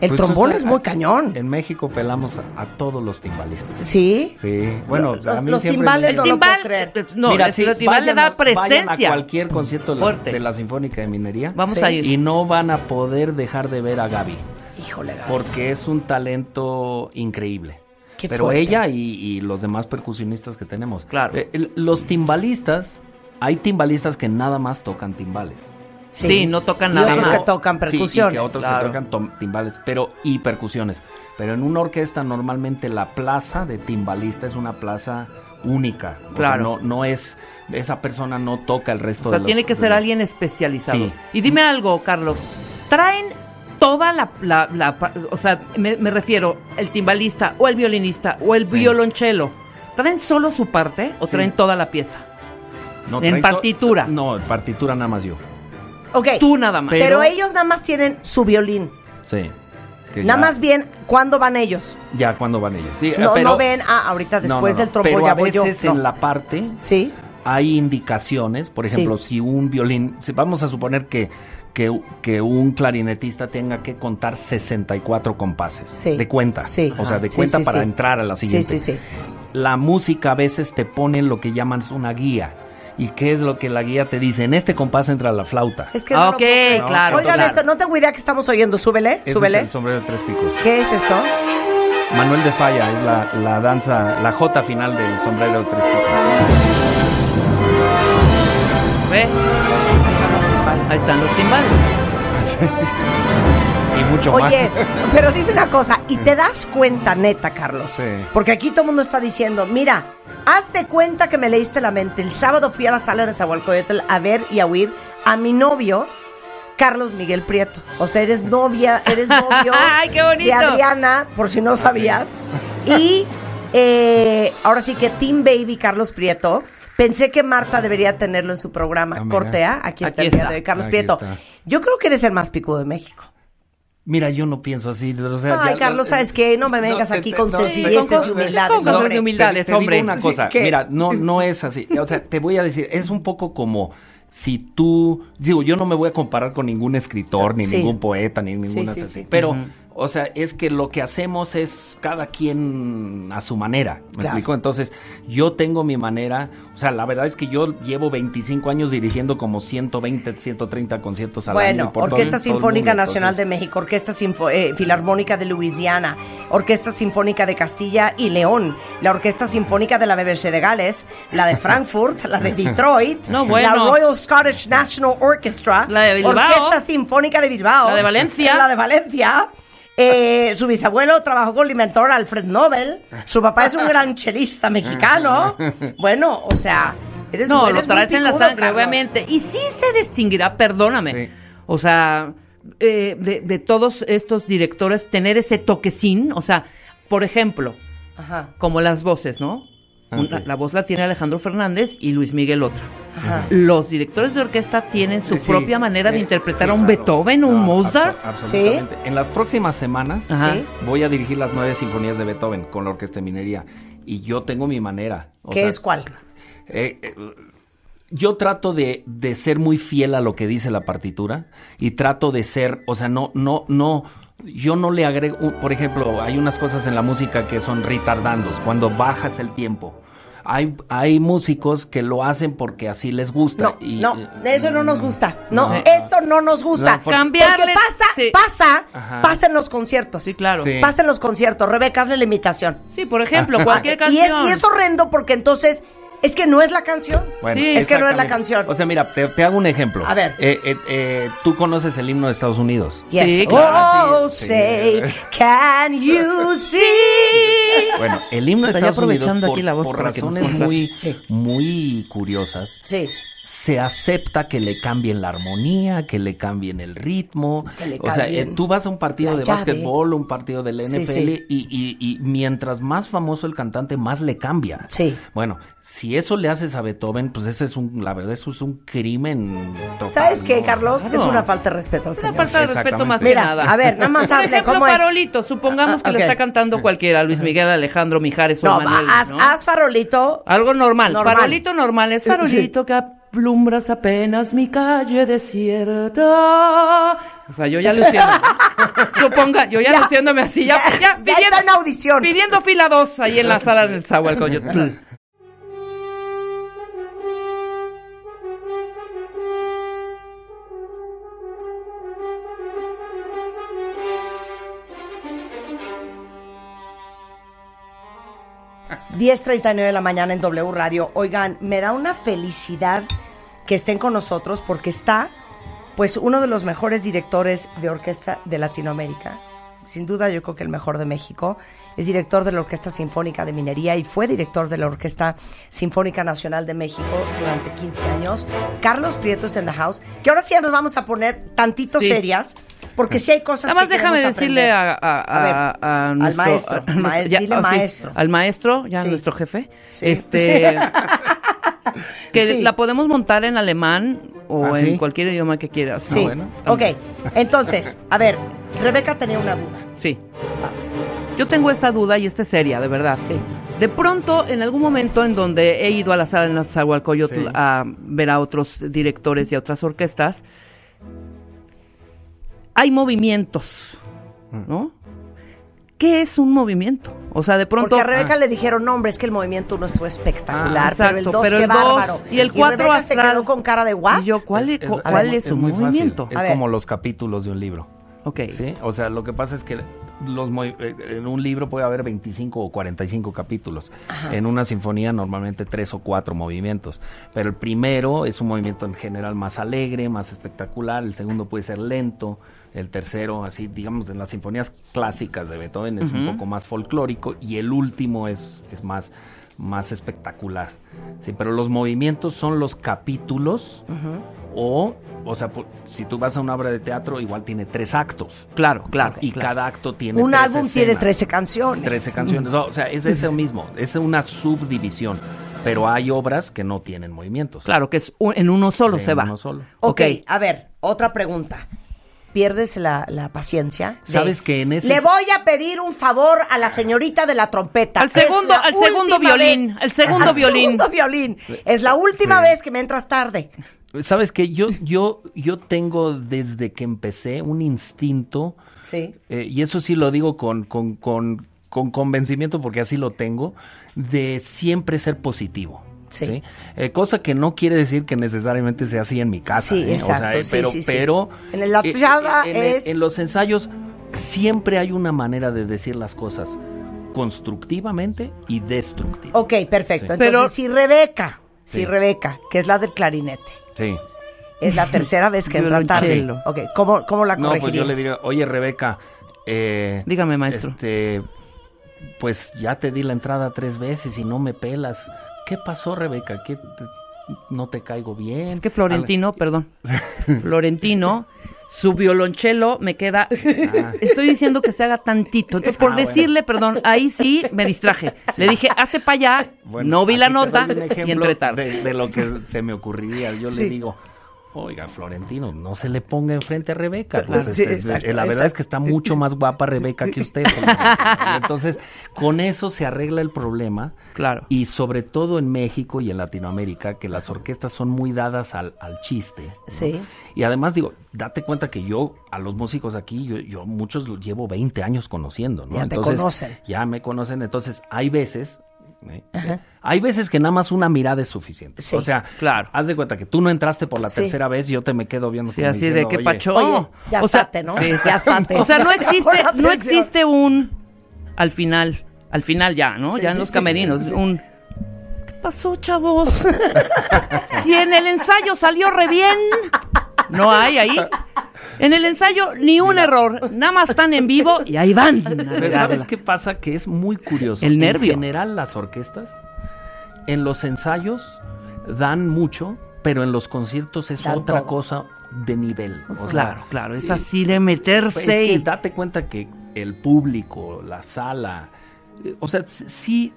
Speaker 2: El
Speaker 5: Pues
Speaker 2: trombón
Speaker 5: eso
Speaker 2: es muy cañón.
Speaker 5: En México pelamos a, a todos los timbalistas.
Speaker 2: Sí.
Speaker 5: Sí, bueno,
Speaker 2: Los-
Speaker 5: a mí
Speaker 2: los
Speaker 5: siempre
Speaker 2: timbales
Speaker 5: me-
Speaker 2: no lo
Speaker 4: timbal,
Speaker 2: puedo creer.
Speaker 4: eh, no,
Speaker 5: Mira,
Speaker 4: el,
Speaker 5: sí,
Speaker 4: el timbal le
Speaker 5: vayan
Speaker 4: da
Speaker 5: a- vayan
Speaker 4: presencia.
Speaker 5: a cualquier concierto de la,
Speaker 4: Fuerte.
Speaker 5: de la Sinfónica de Minería.
Speaker 4: Vamos a ir.
Speaker 5: Y no van a poder dejar de ver a Gaby,
Speaker 2: Híjole, Gaby.
Speaker 5: porque es un talento increíble.
Speaker 2: Qué
Speaker 5: Pero
Speaker 2: fuerte.
Speaker 5: ella y, y los demás percusionistas que tenemos.
Speaker 4: Claro.
Speaker 5: Eh, el- los timbalistas, hay timbalistas que nada más tocan timbales.
Speaker 4: Sí, no tocan
Speaker 2: Y
Speaker 4: nada
Speaker 2: otros
Speaker 4: más.
Speaker 2: que tocan
Speaker 5: Sí, y
Speaker 2: percusiones.
Speaker 5: que otros
Speaker 4: Claro.
Speaker 5: que tocan tom- timbales, pero y percusiones. Pero en una orquesta normalmente la plaza de timbalista es una plaza única. O sea,
Speaker 4: Claro.
Speaker 5: no, no es esa persona no toca el resto.
Speaker 4: O sea,
Speaker 5: de los-
Speaker 4: tiene que
Speaker 5: de
Speaker 4: ser
Speaker 5: los-
Speaker 4: alguien especializado.
Speaker 5: Sí.
Speaker 4: Y dime algo, Carlos. Traen toda la... la- la pa- o sea, me, me refiero, el timbalista o el violinista o el
Speaker 5: Sí.
Speaker 4: violonchelo. ¿Traen solo su parte o
Speaker 5: Sí.
Speaker 4: traen toda la pieza?
Speaker 5: No,
Speaker 4: en
Speaker 5: trae to-
Speaker 4: partitura.
Speaker 5: No, en partitura nada más yo.
Speaker 2: Ok.
Speaker 4: Tú nada más.
Speaker 2: pero...
Speaker 5: pero-
Speaker 2: ellos nada más tienen su violín.
Speaker 5: Sí. Que
Speaker 2: Nada
Speaker 5: ya-
Speaker 2: más bien, ¿cuándo van ellos?
Speaker 5: Ya cuando van ellos. Sí, eh,
Speaker 2: No,
Speaker 5: pero-
Speaker 2: no ven, ah, ahorita
Speaker 5: No, no,
Speaker 2: después
Speaker 5: no,
Speaker 2: del trombón
Speaker 5: pero
Speaker 2: ya
Speaker 5: a
Speaker 2: voy yo.
Speaker 5: veces
Speaker 2: No.
Speaker 5: en la parte
Speaker 2: Sí.
Speaker 5: hay indicaciones, por
Speaker 2: Sí.
Speaker 5: ejemplo, si un violín, si- vamos a suponer que, que, que un clarinetista tenga que contar 64 compases
Speaker 2: Sí.
Speaker 5: de cuenta,
Speaker 2: Sí.
Speaker 5: o sea,
Speaker 2: Ajá.
Speaker 5: de
Speaker 2: Sí,
Speaker 5: cuenta
Speaker 2: sí,
Speaker 5: para
Speaker 2: sí.
Speaker 5: entrar a la
Speaker 2: Sí,
Speaker 5: siguiente.
Speaker 2: sí, sí.
Speaker 5: La música a veces te pone lo que llaman una guía. ¿Y qué es lo que la guía te dice? En este compás entra la flauta.
Speaker 2: Es que
Speaker 4: Ah,
Speaker 2: no lo
Speaker 4: ok,
Speaker 2: puedo creer.
Speaker 4: claro,
Speaker 2: Oigan
Speaker 4: claro.
Speaker 2: esto, no tengo idea que estamos oyendo. Súbele,
Speaker 5: Ese
Speaker 2: súbele.
Speaker 5: es el sombrero de tres picos.
Speaker 2: ¿Qué es esto?
Speaker 5: Manuel de Falla es la, la danza, la jota final del sombrero de tres picos.
Speaker 4: ¿Ve?
Speaker 2: Vale.
Speaker 4: Ahí están los timbales.
Speaker 5: Y mucho más.
Speaker 2: Oye, pero dime una cosa, y te das cuenta, neta, Carlos,
Speaker 5: Sí.
Speaker 2: porque aquí todo el mundo está diciendo, mira, hazte cuenta que me leíste la mente. El sábado fui a la sala de Nezahualcóyotl a ver y a oír a mi novio, Carlos Miguel Prieto. O sea, eres novia, eres novio
Speaker 4: ¡Ay, qué bonito!
Speaker 2: de Adriana, por
Speaker 5: Ah,
Speaker 2: si no sabías. Y eh, ahora sí que Team Baby Carlos Prieto. Pensé que Marta debería tenerlo en su programa.
Speaker 5: Ah, mira.
Speaker 2: Cortea, aquí está
Speaker 4: Aquí
Speaker 2: el día
Speaker 4: está.
Speaker 2: de hoy, Carlos
Speaker 5: Aquí
Speaker 2: Prieto.
Speaker 5: está.
Speaker 2: Yo creo que eres el más picudo de México.
Speaker 5: Mira, yo no pienso así. o sea,
Speaker 2: Ay,
Speaker 5: ya- eh,
Speaker 2: Carlos, ¿sabes qué? No me vengas aquí con sencillez
Speaker 4: con-
Speaker 2: y humildades,
Speaker 4: con cosas
Speaker 2: hombre.
Speaker 4: de humildades,
Speaker 5: Te- te digo
Speaker 4: hombre.
Speaker 5: una
Speaker 4: Sí,
Speaker 5: cosa,
Speaker 2: ¿qué?
Speaker 5: mira, no, no es así. O sea, te voy a decir, es un poco como si tú, digo, yo no me voy a comparar con ningún escritor, ni
Speaker 2: Sí.
Speaker 5: ningún poeta, ni ninguna
Speaker 2: sí,
Speaker 5: así.
Speaker 2: sí.
Speaker 5: Pero, o sea, es que lo que hacemos es cada quien a su manera. ¿Me
Speaker 2: Claro.
Speaker 5: explico? Entonces, yo tengo mi manera. O sea, la verdad es que yo llevo 25 años dirigiendo como 120, 130 conciertos al año.
Speaker 2: Bueno,
Speaker 5: y por todo-
Speaker 2: Orquesta
Speaker 5: todo el
Speaker 2: Sinfónica
Speaker 5: mundo,
Speaker 2: Nacional
Speaker 5: entonces-
Speaker 2: de México, Orquesta Sinfo- eh, Filarmónica de Luisiana, Orquesta Sinfónica de Castilla y León, la Orquesta Sinfónica de la BBC de Gales, la de Frankfurt, la de Detroit,
Speaker 4: No, bueno.
Speaker 2: la Royal Scottish National Orchestra,
Speaker 4: La de Bilbao.
Speaker 2: Orquesta Sinfónica de Bilbao,
Speaker 4: La de Valencia.
Speaker 2: la de Valencia. Eh, su bisabuelo trabajó con el inventor Alfred Nobel. Su papá es un gran chelista mexicano. Bueno, o sea, eres
Speaker 4: No,
Speaker 2: eres
Speaker 4: lo
Speaker 2: muy
Speaker 4: traes en la
Speaker 2: picudo,
Speaker 4: sangre,
Speaker 2: Carlos.
Speaker 4: obviamente. Y sí se distinguirá, perdóname.
Speaker 5: Sí.
Speaker 4: O sea, eh, de, de todos estos directores, tener ese toquecín. O sea, por ejemplo,
Speaker 2: Ajá,
Speaker 4: como las voces, ¿no?
Speaker 5: Ah,
Speaker 4: Una-
Speaker 5: sí.
Speaker 4: La voz la tiene Alejandro Fernández y Luis Miguel otra.
Speaker 2: ajá.
Speaker 4: Los directores de orquesta tienen su
Speaker 5: Sí,
Speaker 4: propia manera de
Speaker 5: eh,
Speaker 4: interpretar
Speaker 5: sí,
Speaker 4: a un
Speaker 5: claro.
Speaker 4: Beethoven, un
Speaker 5: No,
Speaker 4: Mozart.
Speaker 5: abso- absolutamente. En las próximas semanas
Speaker 4: Ajá.
Speaker 2: Sí.
Speaker 5: voy a dirigir las nueve sinfonías de Beethoven con la Orquesta de Minería. Y yo tengo mi manera. O
Speaker 2: ¿Qué
Speaker 5: sea,
Speaker 2: es cuál?
Speaker 5: eh, eh, yo trato de, de ser muy fiel a lo que dice la partitura y trato de ser, o sea, no, no, no, yo no le agrego, un- por ejemplo, hay unas cosas en la música que son retardandos, cuando bajas el tiempo. Hay, hay músicos que lo hacen porque así les gusta. eh,
Speaker 2: No, no, eso no nos gusta. No,
Speaker 5: No.
Speaker 2: eso no nos gusta.
Speaker 5: No, por-
Speaker 2: Porque
Speaker 4: Cambiarle-
Speaker 2: pasa,
Speaker 4: sí.
Speaker 2: pasa,
Speaker 5: Ajá.
Speaker 2: pasa en los conciertos.
Speaker 4: Sí, claro.
Speaker 5: Sí.
Speaker 2: Pasa en los conciertos. Rebeca, hazle la imitación. Ah,
Speaker 4: Sí, por ejemplo, cualquier
Speaker 2: Y
Speaker 4: canción.
Speaker 2: es, y es horrendo porque entonces es que no es la canción.
Speaker 5: Bueno,
Speaker 4: Sí.
Speaker 2: es que no es la
Speaker 5: exactamente.
Speaker 2: canción.
Speaker 5: O sea, mira, te, te hago un ejemplo.
Speaker 2: A ver.
Speaker 5: Eh, eh, eh, Tú conoces el himno de Estados Unidos.
Speaker 2: Yes.
Speaker 4: Sí,
Speaker 2: oh,
Speaker 5: claro, sí, sí.
Speaker 2: say, can you see
Speaker 5: Bueno, el himno de
Speaker 4: Está ya
Speaker 5: Estados Unidos,
Speaker 4: aprovechando
Speaker 5: por,
Speaker 4: aquí la voz
Speaker 5: por
Speaker 4: para que nos
Speaker 5: razones
Speaker 4: contrate.
Speaker 5: muy,
Speaker 2: Sí.
Speaker 5: muy curiosas,
Speaker 2: Sí.
Speaker 5: se acepta que le cambien la armonía, que le cambien el ritmo.
Speaker 2: Que le
Speaker 5: o sea, eh,
Speaker 2: cambien
Speaker 5: tú vas a un partido
Speaker 2: la
Speaker 5: de
Speaker 2: llave.
Speaker 5: básquetbol, un partido del
Speaker 2: Sí,
Speaker 5: NFL,
Speaker 2: sí.
Speaker 5: Y, y- y mientras más famoso el cantante, más le cambia.
Speaker 2: Sí.
Speaker 5: Bueno, si eso le haces a Beethoven, pues ese es un, la verdad, eso es un crimen total.
Speaker 2: ¿Sabes qué,
Speaker 5: ¿no?
Speaker 2: Carlos?
Speaker 5: Claro.
Speaker 2: Es una falta de respeto al
Speaker 4: Una
Speaker 2: señor.
Speaker 4: falta de respeto más
Speaker 5: Exactamente.
Speaker 4: que
Speaker 2: Mira,
Speaker 4: nada.
Speaker 2: a ver, nada más
Speaker 4: Por
Speaker 2: hable,
Speaker 4: ejemplo,
Speaker 2: ¿cómo es?
Speaker 4: Farolito, supongamos que
Speaker 2: Ok.
Speaker 4: la está cantando cualquiera, Luis Miguel, Alejandro, Mijares o
Speaker 2: No,
Speaker 4: Manuel.
Speaker 2: haz,
Speaker 4: ¿no?
Speaker 2: haz farolito.
Speaker 4: Algo normal.
Speaker 2: Normal.
Speaker 4: Farolito normal es
Speaker 2: Eh, sí.
Speaker 4: farolito que aplumbras apenas mi calle desierta. O sea, yo ya luciendo. Suponga, yo ya,
Speaker 2: Ya.
Speaker 4: luciéndome así, ya,
Speaker 2: Ya,
Speaker 4: ya,
Speaker 2: ya está en audición.
Speaker 4: Pidiendo fila dos ahí en la sala del Zahualcoyotl.
Speaker 2: Ah. 10.39 de la mañana en W Radio. Oigan, me da una felicidad que estén con nosotros porque está, pues, uno de los mejores directores de orquesta de Latinoamérica. Sin duda, yo creo que el mejor de México. Es director de la Orquesta Sinfónica de Minería y fue director de la Orquesta Sinfónica Nacional de México durante 15 años. Carlos Prieto es en the house. Que ahora sí ya nos vamos a poner tantito
Speaker 4: Sí.
Speaker 2: serias, porque sí hay cosas
Speaker 4: Nada más
Speaker 2: que
Speaker 4: déjame
Speaker 2: queremos
Speaker 4: decirle a,
Speaker 2: aprender.
Speaker 4: a-
Speaker 2: A ver,
Speaker 4: a- a
Speaker 2: al
Speaker 4: nuestro,
Speaker 2: maestro,
Speaker 4: a nuestro-
Speaker 2: maes-
Speaker 4: ya,
Speaker 2: dile
Speaker 4: oh, sí,
Speaker 2: maestro.
Speaker 4: al maestro, ya
Speaker 2: Sí.
Speaker 4: nuestro jefe,
Speaker 2: Sí.
Speaker 4: este, que
Speaker 2: Sí.
Speaker 4: la podemos montar en alemán o
Speaker 5: ¿Ah,
Speaker 4: en
Speaker 5: sí? Ah,
Speaker 4: cualquier idioma que quieras.
Speaker 2: Sí.
Speaker 5: bueno.
Speaker 2: ok, entonces, a ver, Rebeca tenía una duda.
Speaker 4: Sí. Yo tengo esa duda y esta es seria, de verdad.
Speaker 2: Sí.
Speaker 4: De pronto, en algún momento en donde he ido a la sala en Zahualcoyotl
Speaker 5: Sí.
Speaker 4: a ver a otros directores y a otras orquestas, hay movimientos,
Speaker 2: Mm.
Speaker 4: ¿no? ¿Qué es un movimiento? O sea, de pronto...
Speaker 2: Porque a Rebeca le dijeron, no, hombre, es que el movimiento uno estuvo espectacular,
Speaker 4: Ah,
Speaker 2: pero el
Speaker 4: exacto,
Speaker 2: 2,
Speaker 4: pero
Speaker 2: qué
Speaker 4: el dos,
Speaker 2: bárbaro.
Speaker 4: y el cuatro
Speaker 2: Rebeca se
Speaker 4: astral.
Speaker 2: quedó con cara de guau.
Speaker 4: Y yo, ¿cuál es,
Speaker 5: Es-
Speaker 4: cu-
Speaker 5: es-
Speaker 4: cuál
Speaker 5: es-
Speaker 4: es
Speaker 5: es
Speaker 4: un
Speaker 5: muy fácil.
Speaker 4: movimiento?
Speaker 2: A
Speaker 5: Es
Speaker 2: ver.
Speaker 5: como los capítulos de un libro.
Speaker 4: Ok.
Speaker 5: ¿Sí? O sea, lo que pasa es que los movi- eh, en un libro puede haber 25 o 45 capítulos. En una sinfonía normalmente tres o cuatro movimientos. Pero el primero es un movimiento en general más alegre, más espectacular. El segundo puede ser lento. El tercero, así, digamos, en las sinfonías clásicas de Beethoven es un poco más folclórico. Y el último es, es más, más espectacular. Sí, pero los movimientos son los capítulos o, o sea, por- si tú vas a una obra de teatro, igual tiene tres actos.
Speaker 4: Claro, claro.
Speaker 5: Y
Speaker 4: claro.
Speaker 5: cada acto tiene
Speaker 2: Un
Speaker 5: tres
Speaker 2: álbum tiene
Speaker 5: escenas,
Speaker 2: 13 canciones.
Speaker 5: 13 canciones. No, o sea, es eso mismo, es una subdivisión. Pero hay obras que no tienen movimientos.
Speaker 4: Claro, que es un- en uno solo
Speaker 5: Sí,
Speaker 4: se va.
Speaker 5: uno solo.
Speaker 2: Ok,
Speaker 4: Ok.
Speaker 2: a ver, otra pregunta. ¿Pierdes la, la paciencia? de,
Speaker 5: Sabes que en ese-
Speaker 2: Le voy a pedir un favor a la señorita de la trompeta.
Speaker 4: Al
Speaker 2: Es
Speaker 4: segundo-
Speaker 2: la
Speaker 4: al segundo
Speaker 2: última
Speaker 4: violín, al segundo violín.
Speaker 2: segundo violín. Es la última
Speaker 5: Sí.
Speaker 2: vez que me entras tarde.
Speaker 5: Sabes que yo, yo, yo tengo desde que empecé un instinto
Speaker 2: Sí.
Speaker 5: Eh, y eso sí lo digo con, con, con- con convencimiento, porque así lo tengo, de siempre ser positivo.
Speaker 2: Sí.
Speaker 5: Eh, cosa que no quiere decir que necesariamente sea así en mi casa.
Speaker 2: Sí,
Speaker 5: ¿eh? O sea,
Speaker 2: exacto,
Speaker 5: eh,
Speaker 2: sí,
Speaker 5: pero,
Speaker 2: sí, sí.
Speaker 5: pero, eh,
Speaker 2: En la traba
Speaker 5: en- en-
Speaker 2: es-
Speaker 5: en los ensayos siempre hay una manera de decir las cosas constructivamente y destructivamente.
Speaker 2: Ok, perfecto.
Speaker 5: Sí.
Speaker 2: Entonces,
Speaker 4: Pero-
Speaker 2: si Rebeca, si
Speaker 5: Sí.
Speaker 2: Rebeca, que es la del clarinete,
Speaker 5: Sí.
Speaker 2: es la tercera vez que entra tarde.
Speaker 4: Violonchelo.
Speaker 2: Ok, ¿cómo, cómo la
Speaker 5: No, pues yo
Speaker 2: corregirías?
Speaker 5: le diría, oye Rebeca, eh,
Speaker 4: Dígame, maestro.
Speaker 5: este, pues ya te di la entrada tres veces y no me pelas. ¿Qué pasó, Rebeca? ¿Qué te- no te caigo bien?
Speaker 4: Es que Florentino, perdón. Florentino, su violonchelo me queda. Estoy diciendo que se haga tantito. Entonces, por
Speaker 5: Ah, bueno.
Speaker 4: decirle, perdón, ahí sí me distraje. Le dije, hazte para allá.
Speaker 5: Bueno,
Speaker 4: no vi la
Speaker 5: aquí te
Speaker 4: nota
Speaker 5: doy un
Speaker 4: y
Speaker 5: ejemplo
Speaker 4: entré tarde.
Speaker 5: De, de lo que se me ocurriría. Yo
Speaker 2: Sí.
Speaker 5: le digo, oiga, Florentino, no se le ponga enfrente a Rebeca. Pues,
Speaker 2: Sí,
Speaker 5: este,
Speaker 2: exacto,
Speaker 5: la verdad es que está mucho más guapa Rebeca que usted. Florentino. Entonces, con eso se arregla el problema.
Speaker 4: Claro.
Speaker 5: Y sobre todo en México y en Latinoamérica, que las orquestas son muy dadas al, al chiste. ¿no?
Speaker 2: Sí.
Speaker 5: Y además digo, date cuenta que yo a los músicos aquí, yo, yo muchos los llevo 20 años conociendo, ¿no?
Speaker 2: Ya te conocen.
Speaker 5: Ya me conocen, entonces hay veces... ¿eh? Hay veces que nada más una mirada es suficiente.
Speaker 2: Sí,
Speaker 5: o sea,
Speaker 4: claro.
Speaker 5: haz de cuenta que tú no entraste por la
Speaker 2: Sí.
Speaker 5: tercera vez y yo te me quedo viendo.
Speaker 4: Sí,
Speaker 5: como
Speaker 4: así de
Speaker 5: diciendo,
Speaker 4: que
Speaker 5: "Oye,
Speaker 4: pacho. oh,
Speaker 2: Oye, ya
Speaker 4: O sea,
Speaker 2: estate, ¿no?
Speaker 4: sí,
Speaker 2: ya estate.
Speaker 4: O sea, no existe,
Speaker 2: Pon
Speaker 4: no
Speaker 2: atención.
Speaker 4: existe un al final, al final ya, ¿no?
Speaker 2: Sí,
Speaker 4: ya
Speaker 2: sí,
Speaker 4: en los
Speaker 2: sí,
Speaker 4: camerinos,
Speaker 2: sí, sí.
Speaker 4: un ¿Qué pasó, chavos? si en el ensayo salió re bien, no hay ahí. En el ensayo, ni un error. Nada más están en vivo y ahí van. a
Speaker 5: Pero ¿sabes
Speaker 4: regarla.
Speaker 5: qué pasa? Que es muy curioso.
Speaker 4: El
Speaker 5: En
Speaker 4: nervio.
Speaker 5: general, las orquestas en los ensayos dan mucho, pero en los conciertos es
Speaker 2: Dan
Speaker 5: otra
Speaker 2: todo.
Speaker 5: cosa de nivel. O sea,
Speaker 4: Claro, claro. Es así de meterse.
Speaker 5: pues, es que
Speaker 4: y-
Speaker 5: date cuenta que el público, la sala, eh, o sea, s- sí,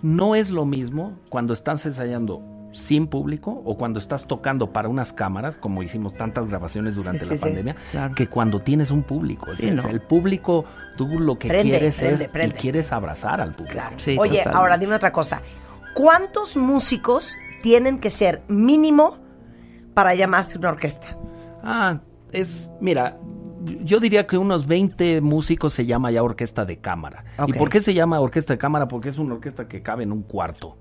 Speaker 5: no es lo mismo cuando estás ensayando sin público o cuando estás tocando para unas cámaras, como hicimos tantas grabaciones durante
Speaker 2: sí,
Speaker 5: la
Speaker 2: sí.
Speaker 5: pandemia,
Speaker 4: Claro.
Speaker 5: que cuando tienes un público. O
Speaker 4: Sí,
Speaker 5: sea,
Speaker 4: ¿no?
Speaker 5: El público, tú lo que
Speaker 2: Prende,
Speaker 5: quieres
Speaker 2: prende,
Speaker 5: es
Speaker 2: prende.
Speaker 5: y quieres abrazar al público.
Speaker 2: Claro.
Speaker 4: Sí,
Speaker 2: Oye,
Speaker 4: totalmente.
Speaker 2: ahora dime otra cosa. ¿Cuántos músicos tienen que ser mínimo para llamarse una orquesta?
Speaker 5: Ah, es, mira, yo diría que unos 20 músicos se llama ya orquesta de cámara.
Speaker 2: Ok.
Speaker 5: ¿Y por qué se llama orquesta de cámara? Porque es una orquesta que cabe en un cuarto.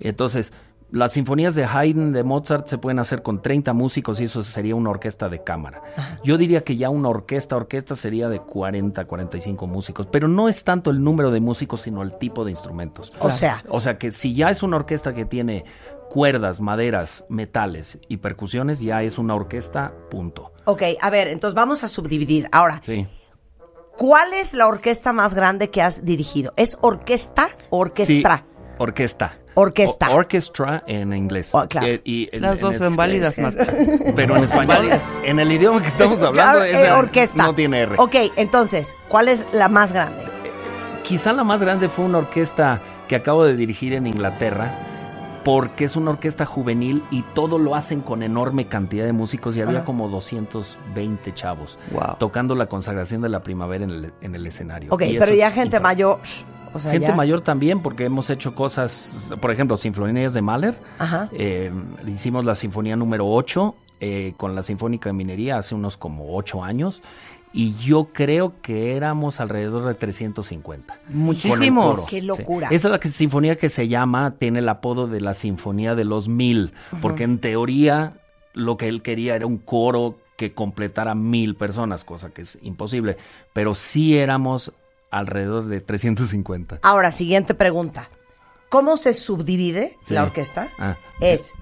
Speaker 5: Entonces, las sinfonías de Haydn, de Mozart, se pueden hacer con 30 músicos y eso sería una orquesta de cámara. Yo diría que ya una orquesta, orquesta sería de 40, 45 músicos, pero no es tanto el número de músicos, sino el tipo de instrumentos.
Speaker 2: O sea,
Speaker 5: O sea que si ya es una orquesta que tiene cuerdas, maderas, metales y percusiones, ya es una orquesta, punto.
Speaker 2: ok, a ver, entonces vamos a subdividir. Ahora,
Speaker 5: Sí.
Speaker 2: ¿cuál es la orquesta más grande que has dirigido? ¿Es orquesta o orquestra?
Speaker 5: orquesta.
Speaker 2: Orquesta.
Speaker 5: O- orchestra en inglés.
Speaker 2: Oh, claro.
Speaker 5: Eh, y en-
Speaker 4: Las
Speaker 5: en
Speaker 4: dos
Speaker 5: este-
Speaker 4: son válidas, más.
Speaker 5: Pero en español,
Speaker 4: Válidas.
Speaker 5: en el idioma que estamos hablando,
Speaker 2: Claro,
Speaker 5: esa
Speaker 2: eh, orquesta.
Speaker 5: no tiene R.
Speaker 2: Ok, entonces, ¿cuál es la más grande?
Speaker 5: Quizá la más grande fue una orquesta que acabo de dirigir en Inglaterra, porque es una orquesta juvenil y todo lo hacen con enorme cantidad de músicos y había como 220 chavos
Speaker 4: Wow.
Speaker 5: tocando la consagración de la primavera en el, en el escenario.
Speaker 2: Ok,
Speaker 5: Y
Speaker 2: pero
Speaker 5: eso
Speaker 2: ya
Speaker 5: es
Speaker 2: gente
Speaker 5: impactante.
Speaker 2: mayor. O sea,
Speaker 5: Gente
Speaker 2: ya-
Speaker 5: mayor también, porque hemos hecho cosas, por ejemplo, sinfonías de Mahler.
Speaker 2: Ajá.
Speaker 5: Eh, hicimos la sinfonía número 8 eh, con la Sinfónica de Minería hace unos como 8 años. Y yo creo que éramos alrededor de 350.
Speaker 4: Muchísimos.
Speaker 5: Con el coro,
Speaker 2: Qué
Speaker 5: sí.
Speaker 2: locura.
Speaker 5: Esa es la que- sinfonía que se llama, tiene el apodo de la Sinfonía de los Mil, porque en teoría lo que él quería era un coro que completara mil personas, cosa que es imposible. Pero sí éramos alrededor de 350.
Speaker 2: Ahora, siguiente pregunta. ¿Cómo se subdivide
Speaker 5: Sí.
Speaker 2: la orquesta?
Speaker 5: Ah.
Speaker 2: Es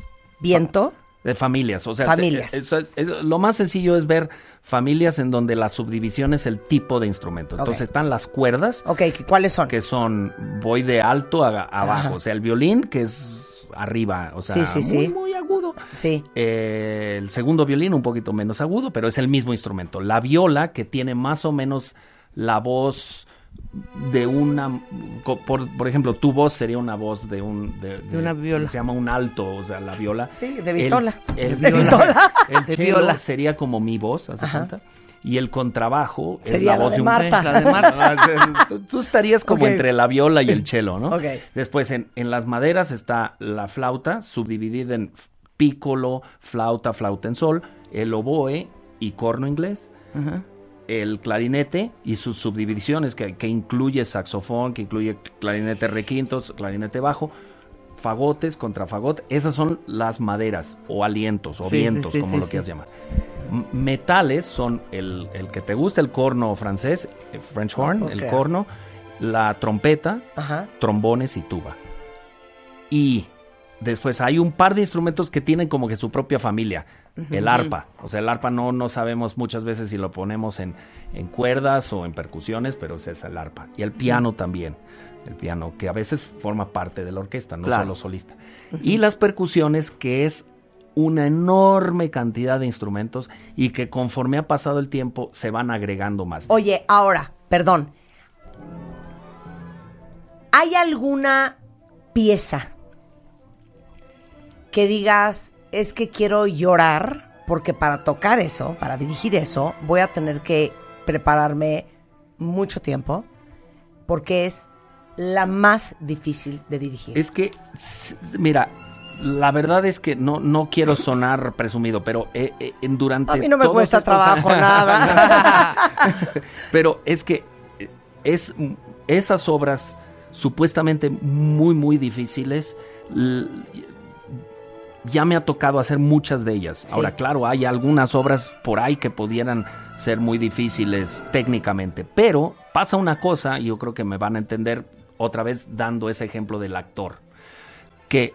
Speaker 2: viento.
Speaker 5: De familias, o sea,
Speaker 2: Familias.
Speaker 5: te- eso es- eso- lo más sencillo es ver familias en donde la subdivisión es el tipo de instrumento. Entonces
Speaker 2: Ok.
Speaker 5: están las cuerdas,
Speaker 2: Ok, ¿cuáles son?
Speaker 5: que son, voy de alto a, a abajo, o sea, el violín, que es arriba, o sea,
Speaker 2: Sí, sí,
Speaker 5: muy,
Speaker 2: sí.
Speaker 5: muy agudo.
Speaker 2: Sí.
Speaker 5: Eh, el segundo violín un poquito menos agudo, pero es el mismo instrumento. La viola, que tiene más o menos la voz de una, co- por, por ejemplo, tu voz sería una voz de un... De,
Speaker 4: una viola.
Speaker 5: Se llama un alto, o sea, la viola.
Speaker 2: Sí, de vitola.
Speaker 5: El, el
Speaker 4: De
Speaker 5: viola.
Speaker 4: vitola.
Speaker 5: el
Speaker 4: De
Speaker 5: cello
Speaker 4: viola.
Speaker 5: sería como mi voz, ¿hace cuenta? Y el contrabajo es
Speaker 2: Sería
Speaker 5: la
Speaker 2: la
Speaker 5: voz
Speaker 2: de
Speaker 5: de un
Speaker 2: Marta.
Speaker 4: La de Marta.
Speaker 5: tú, tú estarías como
Speaker 2: Ah, Ok.
Speaker 5: entre la viola y el cello, ¿no?
Speaker 2: Ok.
Speaker 5: Después en, en las maderas está la flauta, subdividida en f- pícolo, flauta, flauta en sol, el oboe y corno inglés,
Speaker 4: Ajá.
Speaker 5: el clarinete y sus subdivisiones que, que incluye saxofón, que incluye clarinete requintos, clarinete bajo. Fagotes, contrafagot, esas son las maderas o alientos o
Speaker 4: Sí, sí,
Speaker 5: vientos,
Speaker 4: sí,
Speaker 5: como
Speaker 4: sí,
Speaker 5: lo
Speaker 4: sí.
Speaker 5: quieras llamar. M- metales son el, el que te gusta, el corno francés, el French
Speaker 4: Oh,
Speaker 5: horn,
Speaker 2: puedo
Speaker 5: el
Speaker 2: creer.
Speaker 5: corno, la trompeta,
Speaker 4: Ah,
Speaker 2: Ajá.
Speaker 5: trombones y tuba. Y después hay un par de instrumentos que tienen como que su propia familia. El arpa. O sea, el arpa no, no sabemos muchas veces si lo ponemos en, en cuerdas o en percusiones, pero ese es el arpa. Y el piano también. El piano, que a veces forma parte de la orquesta, no
Speaker 4: Claro.
Speaker 5: solo solista. Y las percusiones, que es una enorme cantidad de instrumentos y que conforme ha pasado el tiempo se van agregando más.
Speaker 2: Oye, ahora, perdón. ¿Hay alguna pieza que digas, es que quiero llorar? Porque para tocar eso, para dirigir eso, voy a tener que prepararme mucho tiempo. Porque es la más difícil de dirigir.
Speaker 5: Es que, s- s- mira, la verdad es que no, no quiero sonar presumido, pero eh, eh, en- durante.
Speaker 2: a mí no me
Speaker 5: todos
Speaker 2: cuesta
Speaker 5: estos años-
Speaker 2: trabajo nada.
Speaker 5: pero es que eh, es, esas obras supuestamente muy, muy difíciles. l- Ya me ha tocado hacer muchas de ellas. Ahora, claro, hay algunas obras por ahí que pudieran ser muy difíciles técnicamente, pero pasa una cosa, y yo creo que me van a entender otra vez dando ese ejemplo del actor, que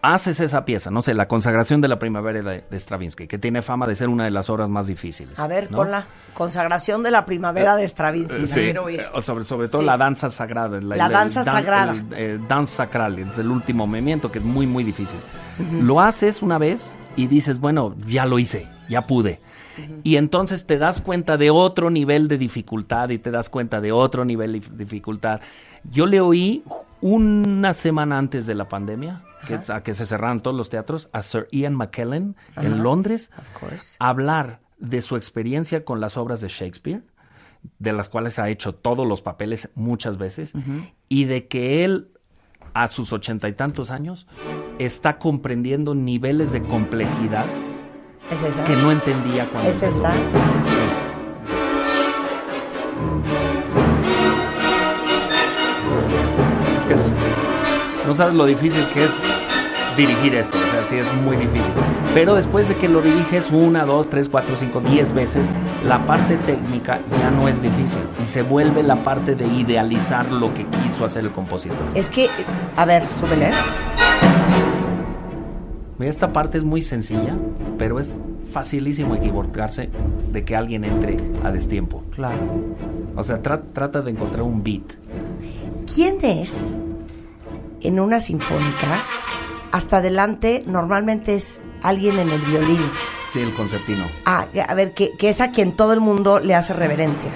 Speaker 5: haces esa pieza, no sé, la consagración de la primavera de, de Stravinsky, que tiene fama de ser una de las obras más difíciles.
Speaker 2: A ver,
Speaker 5: ¿no?
Speaker 2: con la consagración de la primavera de Stravinsky.
Speaker 5: Eh,
Speaker 2: la
Speaker 5: sí,
Speaker 2: quiero oír.
Speaker 5: eh, o sobre, sobre todo
Speaker 2: Sí.
Speaker 5: la danza sagrada.
Speaker 2: La danza sagrada.
Speaker 5: El, eh, dance sacral, es el último movimiento que es muy, muy difícil. Lo haces una vez y dices, bueno, ya lo hice, ya pude. Y entonces te das cuenta de otro nivel de dificultad y te das cuenta de otro nivel de dif- dificultad. Yo le oí una semana antes de la pandemia, que, es- a que se cerraron todos los teatros, a Sir Ian McKellen en Londres
Speaker 2: Of course.
Speaker 5: hablar de su experiencia con las obras de Shakespeare, de las cuales ha hecho todos los papeles muchas veces, y de que él, a sus ochenta y tantos años, está comprendiendo niveles de complejidad
Speaker 2: Es esa.
Speaker 5: que no entendía cuando
Speaker 2: Es
Speaker 5: empezó.
Speaker 2: esta.
Speaker 5: Es que es- no sabes lo difícil que es dirigir esto. O sea, sí es muy difícil. Pero después de que lo diriges una, dos, tres, cuatro, cinco, diez veces, la parte técnica ya no es difícil. Y se vuelve la parte de idealizar lo que quiso hacer el compositor.
Speaker 2: Es que, eh, a ver, súbele.
Speaker 5: Esta parte es muy sencilla, pero es facilísimo equivocarse de que alguien entre a destiempo.
Speaker 4: Claro.
Speaker 5: O sea, tra- trata de encontrar un beat.
Speaker 2: ¿Quién es en una sinfónica? Hasta adelante normalmente es alguien en el violín.
Speaker 5: Sí, el concertino.
Speaker 2: Ah, a ver, que, que es a quien todo el mundo le hace reverencia.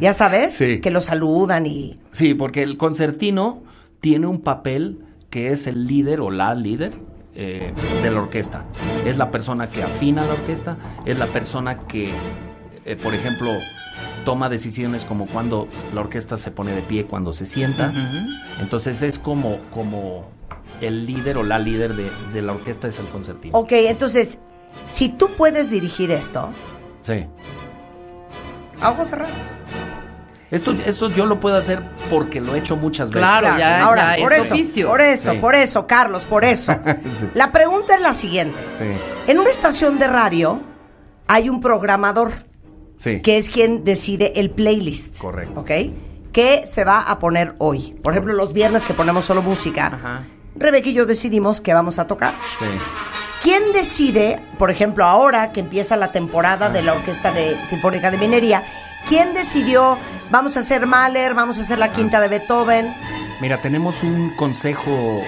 Speaker 2: ya sabes,
Speaker 5: Sí.
Speaker 2: que lo saludan y...
Speaker 5: Sí, porque el concertino tiene un papel que es el líder o la líder eh, de la orquesta. Es la persona que afina la orquesta, es la persona que, eh, por ejemplo, toma decisiones como cuando la orquesta se pone de pie, cuando se sienta. Entonces es como, como el líder o la líder de, de la orquesta es el concertino.
Speaker 2: Ok, entonces, si tú puedes dirigir esto,
Speaker 5: Sí.
Speaker 2: a ojos cerrados.
Speaker 5: Esto, esto yo lo puedo hacer porque lo he hecho muchas veces.
Speaker 4: Claro, ya- ya
Speaker 2: por
Speaker 4: es
Speaker 2: eso,
Speaker 4: oficio.
Speaker 2: por eso,
Speaker 5: Sí.
Speaker 2: por eso, Carlos, por eso. La pregunta es la siguiente.
Speaker 5: Sí,
Speaker 2: En una estación de radio hay un programador
Speaker 5: sí.
Speaker 2: que es quien decide el playlist.
Speaker 5: Correcto.
Speaker 2: ¿Ok? ¿Qué se va a poner hoy? Por ejemplo, los viernes que ponemos solo música. Rebeca y yo decidimos qué vamos a tocar.
Speaker 5: Sí.
Speaker 2: ¿Quién decide, por ejemplo, ahora que empieza la temporada de
Speaker 5: Ah.
Speaker 2: la Orquesta de Sinfónica de Minería, quién decidió vamos a hacer Mahler, vamos a hacer
Speaker 5: Ah.
Speaker 2: la quinta de Beethoven?
Speaker 5: Mira, tenemos un consejo,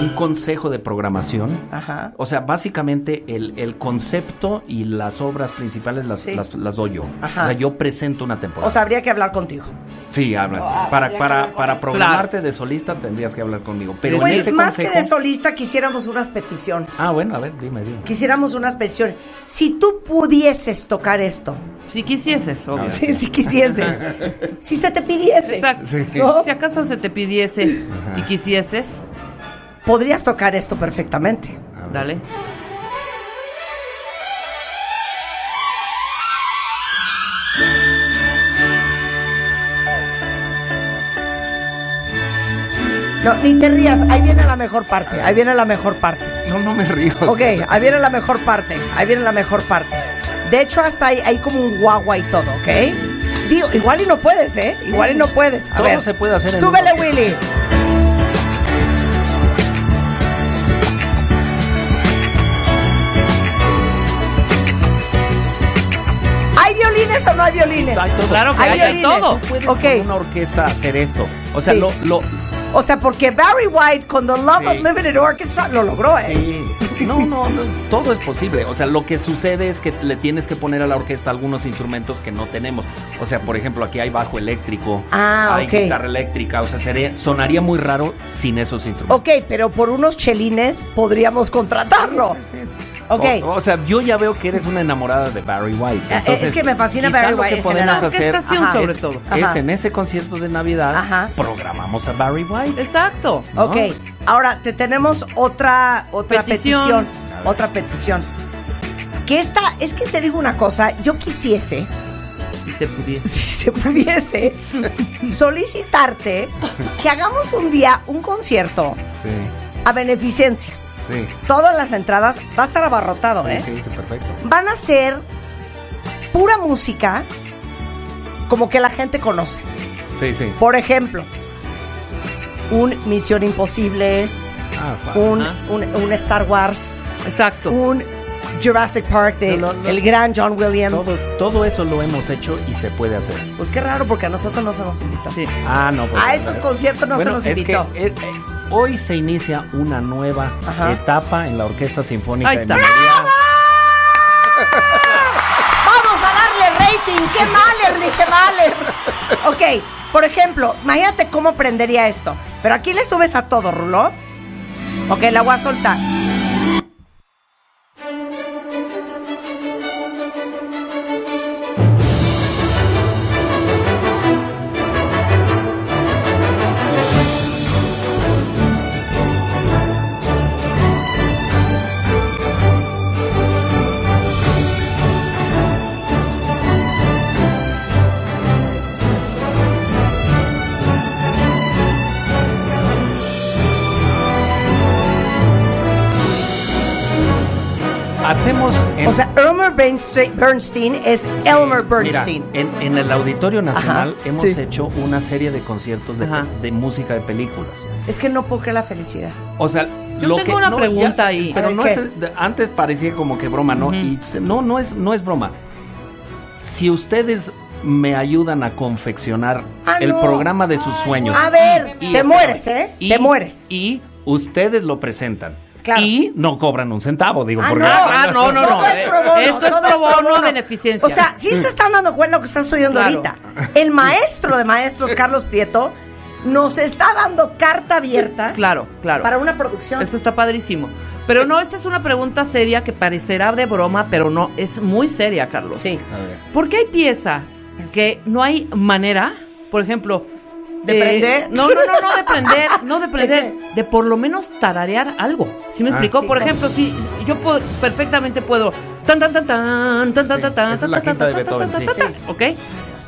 Speaker 5: un consejo de programación.
Speaker 2: Ajá.
Speaker 5: O sea, básicamente el, el concepto y las obras principales las,
Speaker 2: Sí.
Speaker 5: las- las doy yo.
Speaker 2: Ajá.
Speaker 5: O sea, yo presento una temporada.
Speaker 2: O sea, habría que hablar contigo.
Speaker 5: sí, habla. sí.
Speaker 2: Ah, habría
Speaker 5: para
Speaker 2: que
Speaker 5: para,
Speaker 2: hablar
Speaker 5: para
Speaker 2: conmigo.
Speaker 5: programarte de solista tendrías que hablar conmigo. Pero en
Speaker 2: Pues
Speaker 5: ese
Speaker 2: más
Speaker 5: consejo.
Speaker 2: que de solista quisiéramos unas peticiones.
Speaker 5: Ah, bueno, a ver, dime, dime.
Speaker 2: Quisiéramos unas peticiones. Si tú pudieses tocar esto,
Speaker 4: Si quisieses, obvio.
Speaker 2: si, si quisieses, si se te pidiese,
Speaker 4: Exacto.
Speaker 2: ¿no?
Speaker 4: Si acaso se te pidiese y quisieses,
Speaker 2: podrías tocar esto perfectamente.
Speaker 4: dale.
Speaker 2: No, ni te rías, ahí viene la mejor parte, ahí viene la mejor parte.
Speaker 5: No, no me río.
Speaker 2: Ok, ahí viene la mejor parte, ahí viene la mejor parte. De hecho, hasta ahí hay como un guagua y todo, ¿ok? Digo, igual y no puedes, ¿eh? Igual y no puedes. A
Speaker 5: Todo
Speaker 2: ver,
Speaker 5: se puede hacer en
Speaker 2: Súbele,
Speaker 5: uno.
Speaker 2: Willy. ¿Hay violines o no hay violines?
Speaker 5: Hay todo.
Speaker 4: Claro que
Speaker 2: Hay
Speaker 4: hay, de
Speaker 2: violines.
Speaker 4: todo.
Speaker 5: Tú puedes
Speaker 2: Ok.
Speaker 5: con una orquesta hacer esto. O sea,
Speaker 2: Sí.
Speaker 5: lo, lo-
Speaker 2: O sea, porque Barry White con The Love
Speaker 5: Sí.
Speaker 2: of Limited Orchestra lo logró, ¿eh?
Speaker 5: Sí. No, no, no, todo es posible. O sea, lo que sucede es que le tienes que poner a la orquesta algunos instrumentos que no tenemos. O sea, por ejemplo, aquí hay bajo eléctrico,
Speaker 2: Ah,
Speaker 5: hay
Speaker 2: ok.
Speaker 5: guitarra eléctrica. O sea, sería- sonaría muy raro sin esos instrumentos.
Speaker 2: Ok, pero por unos chelines podríamos contratarlo. Ok.
Speaker 5: O, o sea, yo ya veo que eres una enamorada de Barry White.
Speaker 2: Eh, es que me fascina
Speaker 5: quizá
Speaker 2: Barry
Speaker 5: lo
Speaker 2: White
Speaker 5: que
Speaker 2: en
Speaker 5: podemos
Speaker 2: general.
Speaker 5: hacer ah,
Speaker 4: Orquestación
Speaker 5: es-
Speaker 4: sobre todo.
Speaker 5: es
Speaker 2: Ajá.
Speaker 5: en ese concierto de Navidad
Speaker 2: Ajá.
Speaker 5: programamos a Barry White.
Speaker 4: Exacto.
Speaker 5: ¿no?
Speaker 2: Ok, ahora te tenemos otra, otra petición.
Speaker 4: Petición.
Speaker 2: Otra petición. Que esta, es que te digo una cosa, yo quisiese,
Speaker 4: Si se pudiese.
Speaker 2: si se pudiese, solicitarte que hagamos un día un concierto
Speaker 5: Sí,
Speaker 2: a beneficencia.
Speaker 5: sí,
Speaker 2: Todas las entradas va a estar abarrotado, ¿eh?
Speaker 5: sí, sí, perfecto.
Speaker 2: Van a ser pura música como que la gente conoce.
Speaker 5: Sí, sí.
Speaker 2: Por ejemplo, un Misión Imposible,
Speaker 5: Ah,
Speaker 2: un,
Speaker 4: Ajá.
Speaker 2: un- un Star Wars,
Speaker 4: Exacto.
Speaker 2: un Jurassic Park de
Speaker 5: No, no, no.
Speaker 2: el gran John Williams.
Speaker 5: Todo, todo eso lo hemos hecho y se puede hacer.
Speaker 2: Pues qué raro porque a nosotros no se nos invitó.
Speaker 4: Sí.
Speaker 5: Ah, no. pues,
Speaker 2: A esos conciertos no
Speaker 5: Bueno,
Speaker 2: se nos
Speaker 5: es
Speaker 2: invitó.
Speaker 5: que, eh, eh, hoy se inicia una nueva
Speaker 2: Ajá.
Speaker 5: etapa en la Orquesta Sinfónica
Speaker 4: Ahí
Speaker 5: de
Speaker 4: está.
Speaker 5: Minería.
Speaker 2: Vamos a darle rating. ¡Qué maler, ni qué maler! Ok, por ejemplo, imagínate cómo prendería esto. Pero aquí le subes a todo, Rulo. Ok, la voy a soltar.
Speaker 5: Hacemos. en-
Speaker 2: O sea, Elmer Bernstein, Bernstein es
Speaker 5: Sí,
Speaker 2: Elmer
Speaker 5: mira,
Speaker 2: Bernstein.
Speaker 5: en, en el Auditorio Nacional
Speaker 2: Ajá,
Speaker 5: hemos
Speaker 2: sí.
Speaker 5: hecho una serie de conciertos de,
Speaker 4: Ajá.
Speaker 5: de música de películas.
Speaker 2: Es que no puedo creer la felicidad.
Speaker 5: O sea,
Speaker 4: Yo tengo una pregunta ahí.
Speaker 5: Pero
Speaker 2: A ver,
Speaker 5: no
Speaker 2: ¿qué?
Speaker 5: es- de- antes parecía como que broma, ¿no?
Speaker 4: Ujú.
Speaker 5: Y se- no, no es, no es broma. Si ustedes me ayudan a confeccionar
Speaker 2: Ah,
Speaker 5: el
Speaker 2: no.
Speaker 5: programa de sus sueños.
Speaker 2: A ver,
Speaker 5: y-
Speaker 2: te
Speaker 5: y-
Speaker 2: mueres, ¿eh?
Speaker 5: y-
Speaker 2: te mueres.
Speaker 5: Y ustedes lo presentan.
Speaker 2: Claro.
Speaker 5: Y no cobran un centavo, digo,
Speaker 2: Ah,
Speaker 5: porque.
Speaker 2: no.
Speaker 4: Ah, no, no, no.
Speaker 2: Todo es pro bono,
Speaker 4: Esto es
Speaker 2: todo
Speaker 4: pro bono a beneficencia.
Speaker 2: O sea, sí se están dando cuenta lo que está sucediendo
Speaker 4: Claro.
Speaker 2: ahorita. El maestro de maestros, Carlos Prieto, nos está dando carta abierta
Speaker 4: Claro, claro.
Speaker 2: para una producción.
Speaker 4: Eso está padrísimo. Pero no, esta es una pregunta seria que parecerá de broma, pero no, es muy seria, Carlos.
Speaker 2: Sí.
Speaker 5: A ver.
Speaker 4: ¿Por qué hay piezas que no hay manera, por ejemplo, eh,
Speaker 2: ¿De prender?
Speaker 4: No, no, no, no de prender, no de prender,
Speaker 2: ¿De
Speaker 4: ¿De, por lo menos tararear algo. ¿Sí me
Speaker 5: Ah,
Speaker 4: explicó?
Speaker 2: sí,
Speaker 4: por
Speaker 2: claro.
Speaker 4: ejemplo, si si- yo puedo- perfectamente puedo tan tan tan tan tan tan
Speaker 5: Sí,
Speaker 4: tan tan
Speaker 5: esa es la
Speaker 4: tan tan
Speaker 5: quinta de
Speaker 4: tan, tan,
Speaker 5: Beethoven,
Speaker 4: tan,
Speaker 5: sí,
Speaker 4: tan,
Speaker 5: sí.
Speaker 4: tan, ¿ok?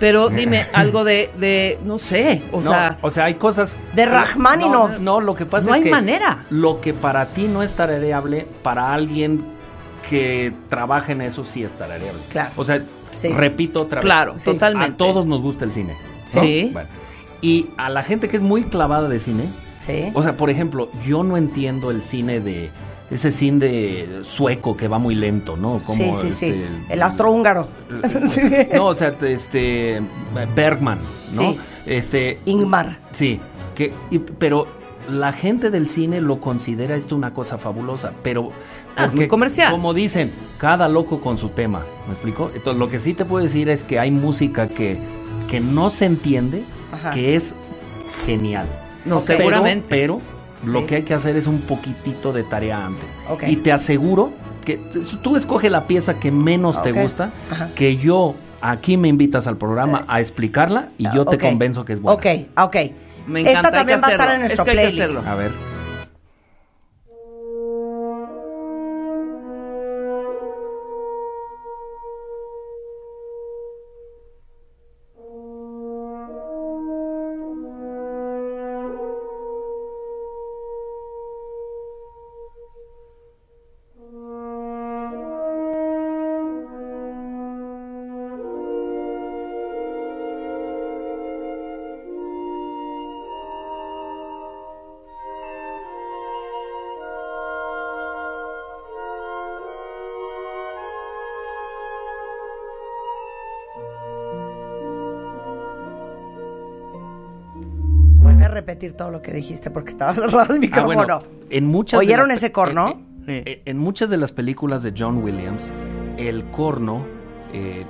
Speaker 4: Pero dime algo de de no sé, o
Speaker 5: No,
Speaker 4: sea,
Speaker 5: o sea, hay cosas.
Speaker 2: De Rachmaninoff.
Speaker 5: No, no, lo que pasa
Speaker 4: No
Speaker 5: es
Speaker 4: hay
Speaker 5: que.
Speaker 4: manera.
Speaker 5: Lo que para ti no es tarareable, para alguien que trabaja en eso sí es tarareable.
Speaker 2: Claro.
Speaker 5: O sea,
Speaker 2: Sí.
Speaker 5: repito otra vez.
Speaker 4: Claro, Sí. totalmente.
Speaker 5: A todos nos gusta el cine. ¿no?
Speaker 4: Sí.
Speaker 5: Bueno, y a la gente que es muy clavada de cine.
Speaker 2: Sí.
Speaker 5: O sea, por ejemplo, yo no entiendo el cine de. Ese cine de sueco que va muy lento, ¿no? Como
Speaker 2: sí, sí, sí.
Speaker 5: este- eh,
Speaker 2: El astro húngaro. Sí.
Speaker 5: No, o sea, este. Bergman, ¿no?
Speaker 2: Sí.
Speaker 5: Este.
Speaker 2: Ingmar.
Speaker 5: Sí, que, y- pero la gente del cine lo considera esto una cosa fabulosa, pero
Speaker 4: Ah, muy comercial.
Speaker 5: Como dicen, cada loco con su tema, ¿me explico? Entonces lo que sí te puedo decir es que hay música que, que no se entiende,
Speaker 2: Ajá.
Speaker 5: que es genial.
Speaker 4: no
Speaker 5: Pero-
Speaker 4: seguramente.
Speaker 5: Pero,
Speaker 2: Sí.
Speaker 5: lo que hay que hacer es un poquitito de tarea antes.
Speaker 2: Ok.
Speaker 5: Y te aseguro que t- tú escoge la pieza que menos
Speaker 2: Ah, Ok.
Speaker 5: te gusta,
Speaker 2: Ajá. Eh.
Speaker 5: que yo aquí me invitas al programa a explicarla y yo
Speaker 2: Ah,
Speaker 5: te
Speaker 2: Ok.
Speaker 5: convenzo que es buena.
Speaker 2: Ok, ok.
Speaker 4: Me encanta,
Speaker 2: Esta
Speaker 4: hay que
Speaker 2: también va a estar
Speaker 4: hacerlo.
Speaker 2: en nuestro
Speaker 4: Es que hay que
Speaker 2: playlist.
Speaker 4: hacerlo.
Speaker 5: A ver. Ah,
Speaker 2: Vuelve a repetir todo lo que dijiste porque estaba cerrado el
Speaker 5: Ah,
Speaker 2: micrófono.
Speaker 5: bueno, en muchas de
Speaker 2: ¿Oyeron
Speaker 5: las-
Speaker 2: ese corno?
Speaker 5: En, en- en- en muchas de las películas de John Williams, el corno, eh,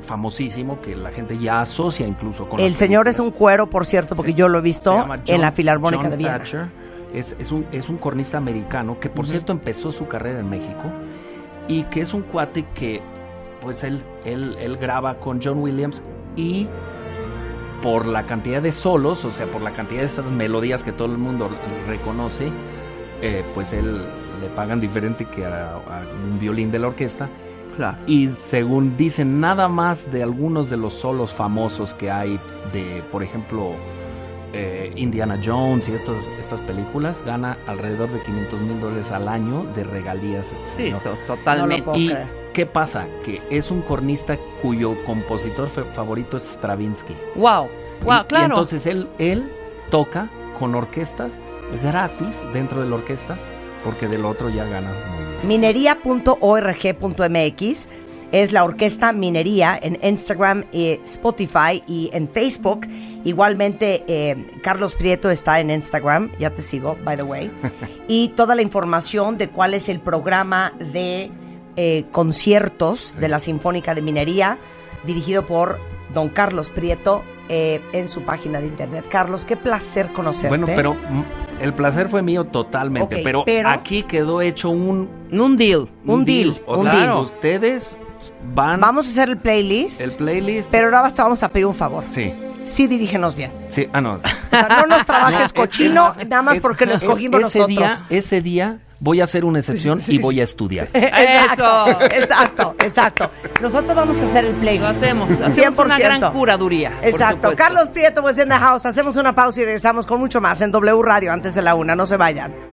Speaker 5: famosísimo, que la gente ya asocia incluso con
Speaker 2: El
Speaker 5: las
Speaker 2: señor es
Speaker 5: películas.
Speaker 2: un cuero, por cierto, porque
Speaker 5: Se-
Speaker 2: yo lo he
Speaker 5: se
Speaker 2: visto
Speaker 5: llama John-
Speaker 2: en la Filarmónica
Speaker 5: John
Speaker 2: de Viena.
Speaker 5: Thatcher. Es, es un, es un cornista americano que, por cierto, empezó su carrera en México y que es un cuate que, pues, él, él, él graba con John Williams y por la cantidad de solos, o sea, por la cantidad de esas melodías que todo el mundo reconoce, eh, pues él le pagan diferente que a- a un violín de la orquesta.
Speaker 4: Claro.
Speaker 5: Y según dicen, nada más de algunos de los solos famosos que hay de, por ejemplo, eh, Indiana Jones y estas, estas películas, gana alrededor de 500 mil dólares al año de regalías. este
Speaker 4: Sí,
Speaker 5: señor.
Speaker 4: to-
Speaker 2: No
Speaker 4: totalmente.
Speaker 2: lo puedo
Speaker 5: ¿Y
Speaker 2: creer.
Speaker 5: qué pasa? Que es un cornista cuyo compositor fe- favorito es Stravinsky.
Speaker 4: wow.
Speaker 5: Y-
Speaker 4: Wow,
Speaker 5: y
Speaker 4: claro.
Speaker 5: entonces él, él toca con orquestas gratis dentro de la orquesta, porque del otro ya ganan muy bien.
Speaker 2: Minería.org.mx es la orquesta Minería en Instagram, eh, Spotify y en Facebook. Igualmente, eh, Carlos Prieto está en Instagram, ya te sigo, by the way. Y toda la información de cuál es el programa de eh, conciertos de la Sinfónica de Minería, dirigido por don Carlos Prieto eh, en su página de internet. Carlos, qué placer conocerte.
Speaker 5: Bueno, pero mm, el placer fue mío totalmente,
Speaker 2: Ok,
Speaker 5: pero,
Speaker 2: pero-
Speaker 5: aquí quedó hecho un,
Speaker 4: Un deal.
Speaker 2: Un deal,
Speaker 5: O
Speaker 2: un
Speaker 5: sea,
Speaker 2: deal.
Speaker 5: ustedes van
Speaker 2: Vamos a hacer el playlist,
Speaker 5: el playlist.
Speaker 2: pero ahora basta, vamos a pedir un favor.
Speaker 5: Sí,
Speaker 2: Sí, dirígenos bien.
Speaker 5: sí, ah, no.
Speaker 2: O sea, no nos
Speaker 5: No,
Speaker 2: trabajes
Speaker 5: es-
Speaker 2: cochino,
Speaker 5: es más-
Speaker 2: nada más
Speaker 5: es-
Speaker 2: porque lo
Speaker 5: es-
Speaker 2: escogimos
Speaker 5: ese
Speaker 2: nosotros.
Speaker 5: Día, ese día voy a hacer una excepción y voy a estudiar.
Speaker 2: Exacto,
Speaker 4: Eso.
Speaker 2: exacto, exacto. Nosotros vamos a hacer el
Speaker 4: Lo
Speaker 2: playlist.
Speaker 4: hacemos. Hacemos una
Speaker 2: 100%.
Speaker 4: gran curaduría. por
Speaker 2: Exacto. pues,
Speaker 4: supuesto.
Speaker 2: Carlos Prieto was in the house. Hacemos una pausa y regresamos con mucho más en W Radio antes de la una. No se vayan.